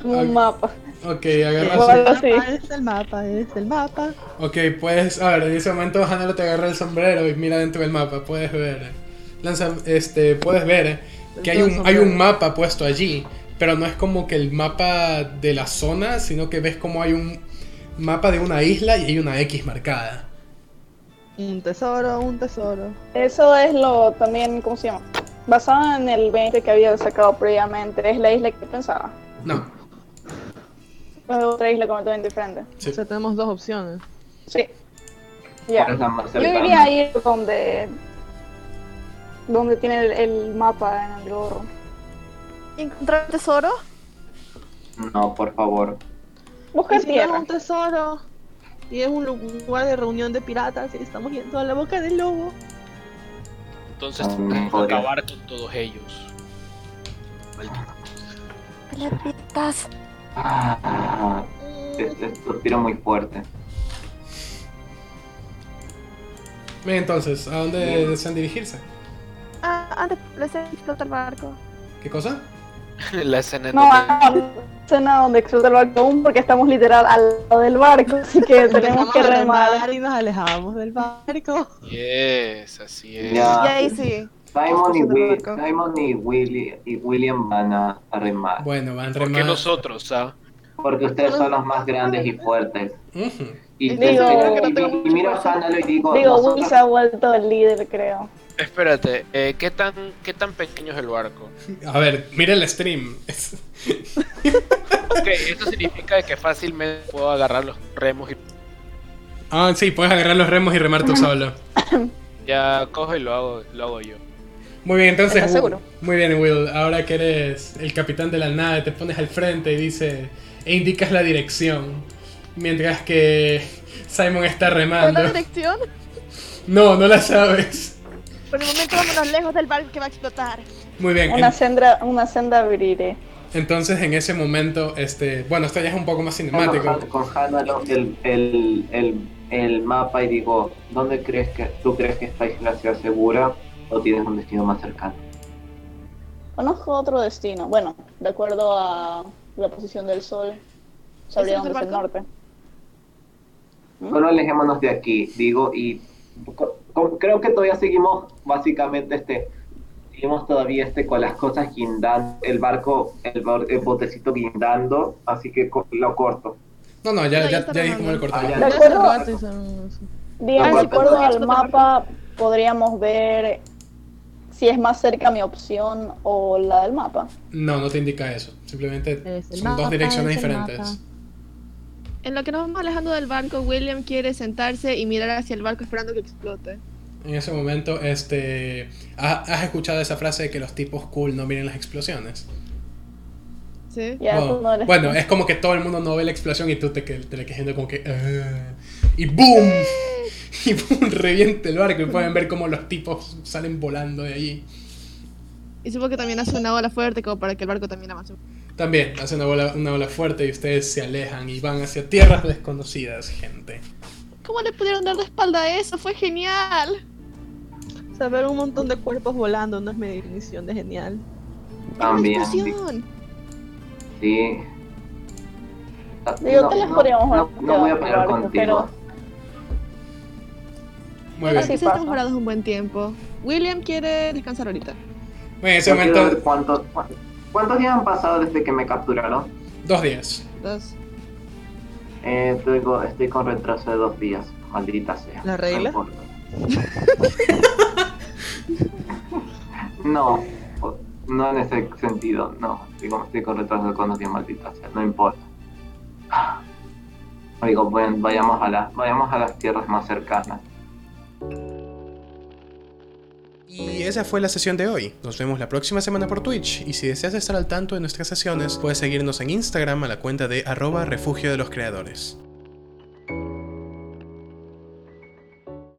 Como
Ok.
un mapa.
Ok,
Bueno,
agarras.
Vale.
El
sí.
mapa es el mapa, es el mapa.
Ok, puedes. A ver, en ese momento Hanaro te agarra el sombrero y mira dentro del mapa. Puedes ver. Lanza, este, puedes ver que hay un, hay un mapa puesto allí, pero no es como que el mapa de la zona, sino que ves como hay un mapa de una isla y hay una X marcada.
Un tesoro, un tesoro.
Eso es lo también, ¿cómo se llama? Basado en el 20 que había sacado previamente, es la isla que pensaba.
No,
Es otra isla completamente diferente.
Sí.
O sea, tenemos dos opciones.
Sí. Ya.
¿cuál es la más
Yo
cercana?
iría a ir donde. donde tiene el, el mapa en el gorro.
¿Y encontrar tesoro?
No, por favor.
Busca
Y si tenemos
tierra.
un tesoro y es un lu- un lugar de reunión de piratas y estamos yendo a la boca del lobo.
Entonces
Mm,
tenemos que
podría.
acabar con todos ellos. Maldito.
Pelea de piratas.
Ah, este es un suspiro muy fuerte.
Bien, entonces, ¿a dónde
Bien.
desean dirigirse?
Ah, antes les explota el barco.
¿Qué cosa?
La escena en
No, ah.
donde-
no, escena donde explota el barco aún porque estamos literal al lado del barco, así que tenemos
Empezamos
que
a
remar.
y nos alejamos del barco.
Yes, así es.
Ya.
Y ahí sí.
Simon y,
Estás
Will-
haciendo barco.
Simon y, Willy, y William van a a remar.
Bueno, van
¿Por qué
remando.
nosotros, ah?
Porque ustedes son los más grandes y fuertes.
Ujú.
Y,
Digo-
y-
Creo que no
y-
tengo
y miro a Hanalo y digo,
Digo,
nosotros-
Will se ha vuelto el líder, creo.
Espérate, eh, ¿qué tan qué tan pequeño es el barco?
A ver, mira el stream.
Ok, esto significa que fácilmente puedo agarrar los remos y
ah, sí, puedes agarrar los remos y remar tú solo.
ya cojo y lo hago, lo hago yo.
Muy bien, entonces.
¿Estás seguro?
Muy bien, Will. Ahora que eres el capitán de la nave, te pones al frente y dice. e indicas la dirección. Mientras que Simon está
¿Cuál es
remando.
la dirección?
No, no la sabes.
Por el momento vámonos lejos del barco que va a explotar.
Muy bien. en-
Una senda, una senda abriré.
entonces, en ese momento, este. Bueno, esto ya es un poco más cinemático.
con, con Hanalo el, el, el, el mapa y digo, ¿dónde crees que tú crees que esta isla sea segura o tienes un destino más cercano?
Conozco otro destino. Bueno, de acuerdo a la posición del sol, sabría
¿Ese
dónde
no
es
es
el
el
norte.
Solo alejémonos de aquí, digo, y co- co- creo que todavía seguimos básicamente este, seguimos todavía este con las cosas guindando, el barco, el, bar- el botecito guindando, así que co- lo corto.
No, no, ya,
No, ya
ya,
está
ya dije
remando.
cómo lo cortaba.
Ah, ya.
Ya
De
hace
acuerdo-
rato hicieron eso.
Bien,
Lo
de
corto.
acuerdo al mapa, podríamos ver si es más cerca mi opción o la del mapa.
No, no te indica eso. Simplemente
Es el
son dos
mapa,
direcciones
es el
diferentes.
En lo que nos vamos alejando del barco, William quiere sentarse y mirar hacia el barco esperando que explote.
En ese momento, este. ha- ¿Has escuchado esa frase de que los tipos cool no miren las explosiones?
¿Sí?
Ya,
Oh,
tú no eres-
Bueno, es como que todo el mundo no ve la explosión y tú te, que- te le quedas viendo como que. "Ah", y ¡boom! Y ¡boom! Revienta el barco y pueden ver como los tipos salen volando de allí.
Y supongo que también hace una ola fuerte como para que el barco también avance.
También hace una ola, una ola fuerte y ustedes se alejan y van hacia tierras desconocidas, gente.
¿Cómo le pudieron dar de espalda a eso? Fue genial.
O sea, ver un montón de cuerpos volando no es mi definición de genial.
Era una
También,
explosión.
sí.
Digo,
no,
tal vez
no,
podríamos
no,
haber
no voy a pelear
quedado con el barco,
contigo.
Muy
Bueno,
bien.
Así
quizás
pasa.
estamos parados un buen tiempo. William quiere descansar ahorita.
Bueno, en ese
Yo quiero ver
momento,
cuántos, cu- cuántos días han pasado desde que me capturaron.
dos días.
Dos.
Eh, te digo, estoy con retraso de dos días, maldita sea.
¿La regla?
No, importa. no, o- no en ese sentido, no. Estoy con, estoy con retraso de con dos días, maldita sea, no importa. Ah. Digo, bueno, vayamos a, las vayamos a las tierras más cercanas.
Y esa fue la sesión de hoy. Nos vemos la próxima semana por Twitch. Y si deseas estar al tanto de nuestras sesiones, puedes seguirnos en Instagram a la cuenta de arroba refugio de los creadores.